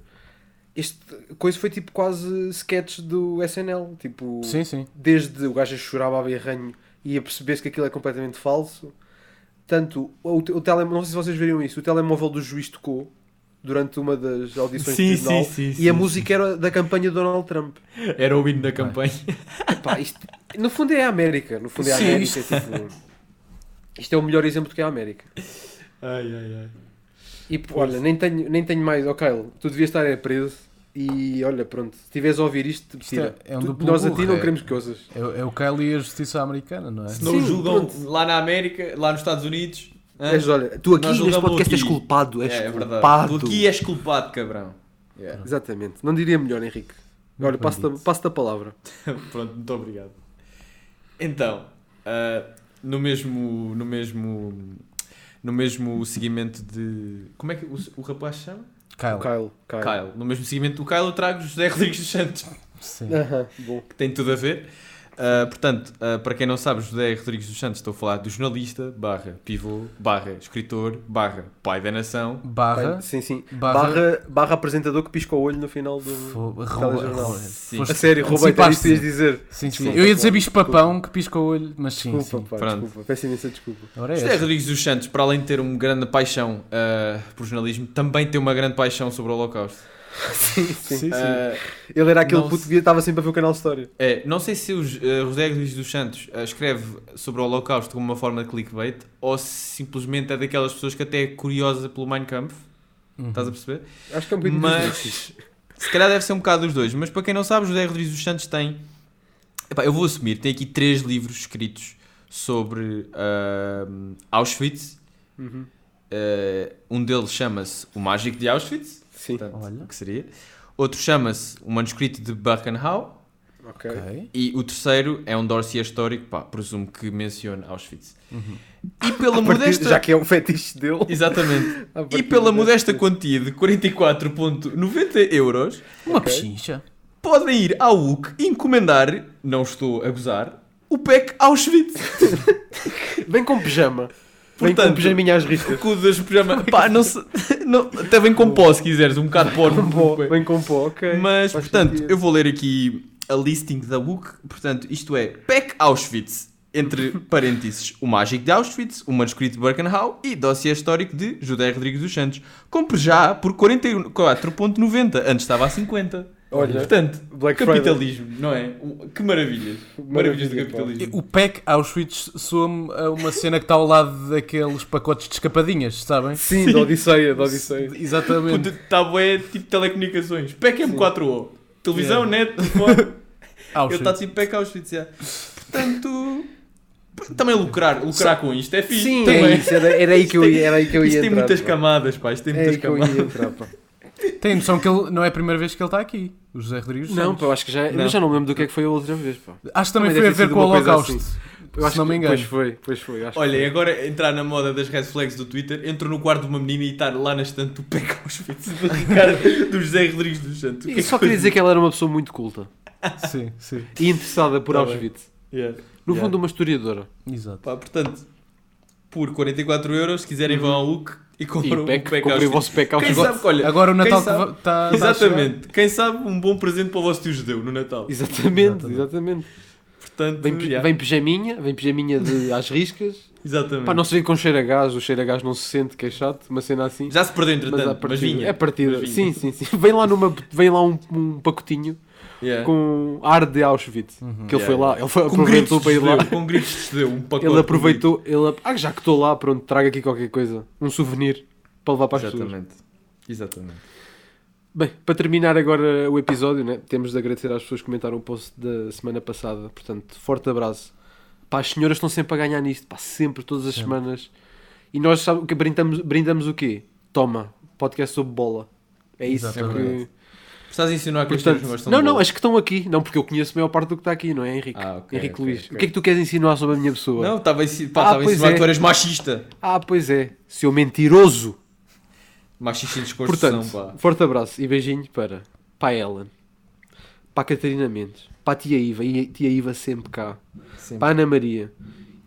[SPEAKER 2] este coisa foi tipo quase sketch do SNL. Tipo,
[SPEAKER 1] Sim, sim.
[SPEAKER 2] desde o gajo a chorar a berranho e a perceber-se que aquilo é completamente falso. Tanto o, te- o telemóvel, não sei se vocês viram isso, o telemóvel do juiz tocou durante uma das audições
[SPEAKER 3] Sim,
[SPEAKER 2] do tribunal
[SPEAKER 3] sim, sim,
[SPEAKER 2] e
[SPEAKER 3] sim,
[SPEAKER 2] a música era da campanha de Donald Trump.
[SPEAKER 3] Era o hino da campanha.
[SPEAKER 2] Epá, isto- no fundo é a América, no fundo é a
[SPEAKER 1] Sim,
[SPEAKER 2] América.
[SPEAKER 1] isto-
[SPEAKER 2] tipo, isto é o melhor exemplo que é a América.
[SPEAKER 3] Ai, ai, ai.
[SPEAKER 2] E pô, olha, nem tenho, nem tenho mais, ok, tu devias estar é preso e olha, pronto, se estiveres a ouvir isto,
[SPEAKER 1] Isto
[SPEAKER 2] tira.
[SPEAKER 1] é- é um
[SPEAKER 2] Tu-
[SPEAKER 1] duplo
[SPEAKER 2] nós a ti
[SPEAKER 1] burro,
[SPEAKER 2] não
[SPEAKER 1] é.
[SPEAKER 2] queremos coisas.
[SPEAKER 1] É, é o Kyle e a justiça americana, não é?
[SPEAKER 3] Se não
[SPEAKER 2] Sim,
[SPEAKER 3] julgam
[SPEAKER 2] pronto.
[SPEAKER 3] lá na América, lá nos Estados Unidos. hã?
[SPEAKER 2] Mas olha, tu aqui
[SPEAKER 3] Nós
[SPEAKER 2] neste
[SPEAKER 3] julgamos
[SPEAKER 2] podcast és
[SPEAKER 3] aqui.
[SPEAKER 2] culpado,
[SPEAKER 5] É,
[SPEAKER 2] és
[SPEAKER 5] é verdade.
[SPEAKER 2] culpado.
[SPEAKER 5] Tu aqui és culpado, cabrão. Yeah.
[SPEAKER 2] Exatamente, não diria melhor, Henrique. Olha,
[SPEAKER 1] bem
[SPEAKER 2] passo-te a, passo-te a palavra.
[SPEAKER 3] Pronto, muito obrigado. Então, ah, no mesmo. No mesmo. No mesmo seguimento de. Como é que o, o rapaz se chama?
[SPEAKER 1] Kyle.
[SPEAKER 2] Kyle, Kyle.
[SPEAKER 3] Kyle. No mesmo seguimento do Kyle, eu trago José Rodrigues dos Santos,
[SPEAKER 1] Sim.
[SPEAKER 2] Aham, bom.
[SPEAKER 3] que tem tudo a ver. Uh, portanto, uh, para quem não sabe, José Rodrigues dos Santos, estou a falar do jornalista, barra pivô, barra escritor, barra pai da nação.
[SPEAKER 1] Barra.
[SPEAKER 2] Sim, sim.
[SPEAKER 1] Barra-
[SPEAKER 2] Barra, barra apresentador que pisca o olho no final do.
[SPEAKER 1] Fo-
[SPEAKER 2] telejornal.
[SPEAKER 1] rouba-
[SPEAKER 3] Sim.
[SPEAKER 2] A
[SPEAKER 1] foste-
[SPEAKER 2] sério, roubei até isso
[SPEAKER 1] antecipaste.
[SPEAKER 2] que ias dizer.
[SPEAKER 1] Sim, sim.
[SPEAKER 2] Desculpa,
[SPEAKER 1] Eu ia dizer
[SPEAKER 2] pá.
[SPEAKER 1] bicho-papão que pisca o olho, mas sim,
[SPEAKER 2] Desculpa,
[SPEAKER 1] sim.
[SPEAKER 2] pá,
[SPEAKER 3] Pronto.
[SPEAKER 2] desculpa. Peço imensa desculpa.
[SPEAKER 1] Ora é
[SPEAKER 3] José
[SPEAKER 1] essa.
[SPEAKER 3] Rodrigues dos Santos, para além de ter uma grande paixão uh, por jornalismo, também tem uma grande paixão sobre o Holocausto.
[SPEAKER 2] sim, Ah, sim.
[SPEAKER 1] Sim, sim.
[SPEAKER 3] Uh,
[SPEAKER 2] Ele era aquele
[SPEAKER 3] Não
[SPEAKER 2] puto
[SPEAKER 3] se-
[SPEAKER 2] que estava sempre a ver o canal História.
[SPEAKER 3] É, não sei se o J- eh, José Luís dos Santos eh, escreve sobre o Holocausto como uma forma de clickbait ou se simplesmente é daquelas pessoas que até é curiosa pelo Mein Kampf,
[SPEAKER 1] Uhum.
[SPEAKER 3] estás a perceber?
[SPEAKER 2] Acho que é um bocadinho
[SPEAKER 3] Mas se calhar deve ser um bocado dos dois. Mas para quem não sabe, José Rodrigues dos Santos tem. Epá, eu vou assumir, tem aqui três livros escritos sobre ah, Auschwitz.
[SPEAKER 2] Uhum.
[SPEAKER 3] Eh, um deles chama-se O Mágico de Auschwitz,
[SPEAKER 2] Sim,
[SPEAKER 3] portanto,
[SPEAKER 1] Olha.
[SPEAKER 3] o que seria. Outro chama-se O Manuscrito de Birkenau.
[SPEAKER 2] ok.
[SPEAKER 1] Ok.
[SPEAKER 3] E o terceiro é um dossiê histórico, pá, presumo que mencione Auschwitz. E pela
[SPEAKER 2] Uhum. Partir-
[SPEAKER 3] modesta.
[SPEAKER 2] Já que é um fetiche dele.
[SPEAKER 3] Exatamente.
[SPEAKER 2] a
[SPEAKER 3] E
[SPEAKER 2] partir
[SPEAKER 3] pela
[SPEAKER 2] desse-
[SPEAKER 3] modesta quantia de 44,90 euros,
[SPEAKER 1] Uma
[SPEAKER 2] Ok.
[SPEAKER 1] pechincha.
[SPEAKER 3] podem ir à UC e encomendar, não estou a gozar, o PEC Auschwitz.
[SPEAKER 2] Vem com pijama. Vem com
[SPEAKER 3] Portanto-
[SPEAKER 2] pijaminha às riscas.
[SPEAKER 3] Com das pijama. Pá, não se. Não, até bem com pó se quiseres, um bocado de pó.
[SPEAKER 2] Com pó,
[SPEAKER 3] no-
[SPEAKER 2] Vem com pó, ok.
[SPEAKER 3] Mas,
[SPEAKER 2] Faz
[SPEAKER 3] portanto,
[SPEAKER 2] sentido.
[SPEAKER 3] eu vou ler aqui a listing da book. Portanto, isto é PEC Auschwitz, entre parênteses, o mágico de Auschwitz, o manuscrito de Birkenau e dossiê histórico de José Rodrigues dos Santos. Compre já por 44.90, antes estava a 50.
[SPEAKER 2] Olha,
[SPEAKER 3] Portanto,
[SPEAKER 2] Black Friday.
[SPEAKER 3] capitalismo, não é? O- Que maravilhas.
[SPEAKER 2] Maravilha,
[SPEAKER 3] Maravilhas do capitalismo.
[SPEAKER 1] O PEC Auschwitz soa-me a uma cena que está ao lado daqueles pacotes de escapadinhas, sabem?
[SPEAKER 2] Sim, da Odisseia, da Odisseia.
[SPEAKER 1] Exatamente.
[SPEAKER 3] Está bué tipo telecomunicações. PEC M4O. Televisão, net, Eu
[SPEAKER 1] Auschwitz.
[SPEAKER 3] está tipo PEC Auschwitz, já. Portanto, p- também lucrar, lucrar com isto é fixe.
[SPEAKER 2] Sim, é
[SPEAKER 3] também.
[SPEAKER 2] isso, era, era aí que eu ia, era aí que eu ia
[SPEAKER 3] Isto tem
[SPEAKER 2] entrar,
[SPEAKER 3] muitas
[SPEAKER 2] pá.
[SPEAKER 3] camadas, pá. Isto tem
[SPEAKER 2] Era
[SPEAKER 3] muitas
[SPEAKER 2] aí que eu
[SPEAKER 3] camadas.
[SPEAKER 2] ia entrar, pá.
[SPEAKER 1] Tem noção que ele não é a primeira vez que ele está aqui, o José Rodrigues. dos
[SPEAKER 2] Não,
[SPEAKER 1] Santos.
[SPEAKER 2] pá, eu acho que já,
[SPEAKER 3] Não.
[SPEAKER 2] Eu já não me lembro do que é que foi a outra vez, pá.
[SPEAKER 1] Acho que também,
[SPEAKER 2] Também
[SPEAKER 1] foi a
[SPEAKER 2] deve ter
[SPEAKER 1] ver
[SPEAKER 2] sido
[SPEAKER 1] com o
[SPEAKER 2] uma coisa
[SPEAKER 1] Holocausto.
[SPEAKER 2] Eu acho
[SPEAKER 1] não me
[SPEAKER 2] que-
[SPEAKER 1] engano.
[SPEAKER 2] Pois foi, pois foi. Acho que
[SPEAKER 3] Olha, e
[SPEAKER 2] foi.
[SPEAKER 3] agora entrar na moda das red flags do Twitter, entro no quarto de uma menina e estar lá na estante do PEC Auschwitz do Ricardo, do José Rodrigues dos Santos. O que é
[SPEAKER 2] E só queria dizer que ela era uma pessoa muito culta assim.
[SPEAKER 1] Sim, sim.
[SPEAKER 2] e interessada por
[SPEAKER 3] Tá bem.
[SPEAKER 2] Auschwitz.
[SPEAKER 3] que- Yeah.
[SPEAKER 2] No
[SPEAKER 3] Yeah.
[SPEAKER 2] fundo, uma historiadora.
[SPEAKER 1] Exato.
[SPEAKER 3] Pá, portanto, por 44 euros, se quiserem vão ao UC e
[SPEAKER 2] Uhum. E
[SPEAKER 3] compram
[SPEAKER 2] o
[SPEAKER 3] um
[SPEAKER 2] PEC, comprei
[SPEAKER 3] PEC
[SPEAKER 2] o
[SPEAKER 3] Auschwitz.
[SPEAKER 2] vosso PEC
[SPEAKER 3] Quem
[SPEAKER 2] Auschwitz.
[SPEAKER 3] sabe, que, olha,
[SPEAKER 1] Agora o tá-
[SPEAKER 3] quem
[SPEAKER 1] Natal
[SPEAKER 3] sabe-
[SPEAKER 1] está.
[SPEAKER 3] Exatamente. Quem sabe um bom presente para o vosso tio judeu no Natal.
[SPEAKER 2] Exatamente,
[SPEAKER 1] Exatamente.
[SPEAKER 2] exatamente.
[SPEAKER 3] Portanto,
[SPEAKER 2] Vem, pi-
[SPEAKER 3] yeah.
[SPEAKER 2] vem pijaminha, vem pijaminha de, às riscas.
[SPEAKER 3] Exatamente.
[SPEAKER 2] Pá, não se vê com cheiro a gás, o cheiro a gás não se sente, que é chato, uma cena assim.
[SPEAKER 3] Já se perdeu,
[SPEAKER 2] mas
[SPEAKER 3] entretanto,
[SPEAKER 2] à
[SPEAKER 3] mas,
[SPEAKER 2] partida,
[SPEAKER 3] vinha.
[SPEAKER 2] é partida.
[SPEAKER 3] Mas vinha.
[SPEAKER 2] Sim, sim, sim. Vem lá, numa, vem lá um, um pacotinho
[SPEAKER 3] Yeah.
[SPEAKER 2] com ar de Auschwitz. Que ele
[SPEAKER 3] É. Yeah,
[SPEAKER 2] foi lá, ele foi,
[SPEAKER 3] Com gritos
[SPEAKER 2] aproveitou
[SPEAKER 3] de
[SPEAKER 2] para ir lá.
[SPEAKER 3] judeu, com gritos de judeu, um pacote.
[SPEAKER 2] Ele aproveitou, ele, ah, já que estou lá, pronto, traga aqui qualquer coisa, um souvenir para levar para as pessoas.
[SPEAKER 3] Exatamente. Exatamente.
[SPEAKER 2] Bem, para terminar agora o episódio, né, temos de agradecer às pessoas que comentaram o post da semana passada, portanto, forte abraço. Pá, as senhoras estão sempre a ganhar nisto, pá, sempre, todas as semanas. E nós sabe, o que brindamos, brindamos o quê? Toma, podcast sobre bola. É isso
[SPEAKER 1] Exatamente.
[SPEAKER 2] que-
[SPEAKER 3] Estás a insinuar que
[SPEAKER 2] Portanto,
[SPEAKER 3] os teus gostam
[SPEAKER 2] não,
[SPEAKER 3] de
[SPEAKER 2] não,
[SPEAKER 3] bola?
[SPEAKER 2] as que estão aqui, não, porque eu conheço a maior parte do que está aqui, não é, Henrique?
[SPEAKER 3] Ah, ok,
[SPEAKER 2] Henrique
[SPEAKER 3] ok,
[SPEAKER 2] Luís,
[SPEAKER 3] ok.
[SPEAKER 2] o que é que tu queres insinuar sobre a minha pessoa?
[SPEAKER 3] Não, estava a insi- pá,
[SPEAKER 2] Ah,
[SPEAKER 3] estava a
[SPEAKER 2] pois
[SPEAKER 3] insinuar
[SPEAKER 2] é.
[SPEAKER 3] que tu eras machista.
[SPEAKER 2] Ah, pois é, seu mentiroso.
[SPEAKER 3] Machista em desconstrução,
[SPEAKER 2] Portanto,
[SPEAKER 3] pá.
[SPEAKER 2] forte abraço e beijinho para para a Ellen, para a Catarina Mendes, para a tia Iva, e a tia Iva sempre cá,
[SPEAKER 3] Sempre.
[SPEAKER 2] para a Ana Maria,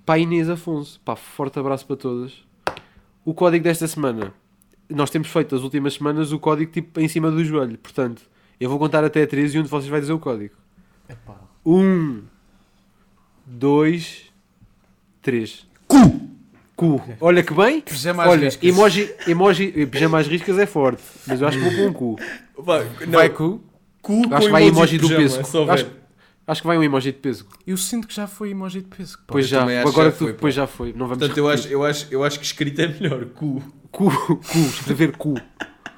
[SPEAKER 2] para a Inês Afonso. Pá, forte abraço para todas. O código desta semana, nós temos feito as últimas semanas o código tipo em cima do joelho, portanto, eu vou contar até a 13 e um de vocês vai dizer o código. Um, dois, três. Cu! Cu! Olha que bem!
[SPEAKER 1] Pijama às
[SPEAKER 2] Olha,
[SPEAKER 1] riscas.
[SPEAKER 2] emoji, emoji, pijama às riscas é forte, mas eu acho que vou com um cu.
[SPEAKER 3] Pá, não,
[SPEAKER 1] Vai cu.
[SPEAKER 3] cu com
[SPEAKER 2] Acho que vai emoji
[SPEAKER 3] de
[SPEAKER 2] do
[SPEAKER 3] pijama,
[SPEAKER 2] peso.
[SPEAKER 3] é só ver.
[SPEAKER 2] Acho, acho que vai um emoji de peso.
[SPEAKER 1] Eu sinto que já foi emoji de peso. pá.
[SPEAKER 2] Pois já,
[SPEAKER 3] também acho
[SPEAKER 2] agora
[SPEAKER 3] que já
[SPEAKER 2] que tu
[SPEAKER 3] foi, pá.
[SPEAKER 2] depois já foi. Não vamos
[SPEAKER 3] Portanto, eu acho,
[SPEAKER 2] repetir.
[SPEAKER 3] eu, acho, eu acho que escrita é melhor. Cu.
[SPEAKER 2] Cu, cu, escrever cu.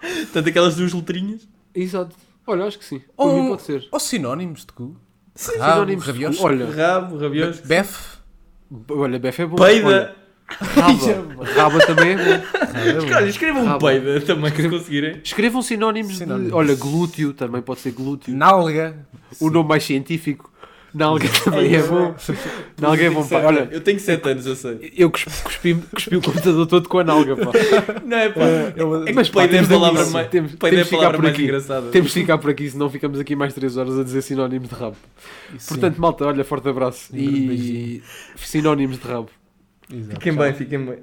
[SPEAKER 3] Portanto, aquelas duas letrinhas.
[SPEAKER 2] Exato. Olha, acho que sim. Por
[SPEAKER 1] Ou-
[SPEAKER 3] Um
[SPEAKER 2] mim pode ser.
[SPEAKER 1] Ou sinónimos de cu.
[SPEAKER 2] é.
[SPEAKER 3] Ah,
[SPEAKER 2] Sinónimos de cu.
[SPEAKER 1] rabioso.
[SPEAKER 2] Olha,
[SPEAKER 3] Rabo, rabioso.
[SPEAKER 1] Bef.
[SPEAKER 2] b- olha, Bef é bom.
[SPEAKER 3] Peida.
[SPEAKER 2] Olha, raba. raba também é bom.
[SPEAKER 3] Olha, escrevam um
[SPEAKER 2] Rabo.
[SPEAKER 3] peida também, se conseguirem.
[SPEAKER 2] Ah, Escrevam sinónimos,
[SPEAKER 1] Sinónimos.
[SPEAKER 2] de. Olha, glúteo também pode ser glúteo.
[SPEAKER 1] Nálga.
[SPEAKER 2] O nome mais científico. Na alguém também é bom. Na alguém é bom, pá. Olha,
[SPEAKER 3] Eu tenho 7 anos, eu sei.
[SPEAKER 2] eu cuspi, cuspi, cuspi o computador todo com a nalga, pá.
[SPEAKER 3] Não é, pá.
[SPEAKER 6] Eu-
[SPEAKER 3] É que
[SPEAKER 2] Mas, pá,
[SPEAKER 3] pai da
[SPEAKER 2] temos de
[SPEAKER 3] palavra
[SPEAKER 2] isso.
[SPEAKER 3] mais-
[SPEAKER 2] Temos-
[SPEAKER 3] pai da
[SPEAKER 2] temos de ficar
[SPEAKER 3] palavra
[SPEAKER 2] por
[SPEAKER 3] mais
[SPEAKER 2] aqui.
[SPEAKER 3] engraçada.
[SPEAKER 2] Temos de ficar por aqui, senão ficamos aqui mais 3 horas a dizer sinónimos de rabo.
[SPEAKER 6] sim,
[SPEAKER 2] Portanto, malta, olha, forte abraço.
[SPEAKER 6] Um grande
[SPEAKER 2] E
[SPEAKER 6] beijinho.
[SPEAKER 2] sinónimos de rabo.
[SPEAKER 6] exato.
[SPEAKER 3] Fiquem bem, fiquem bem.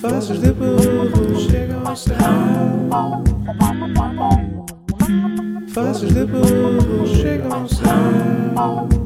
[SPEAKER 4] Faces de burro chegam ao céu. Faces de burro chegam ao céu.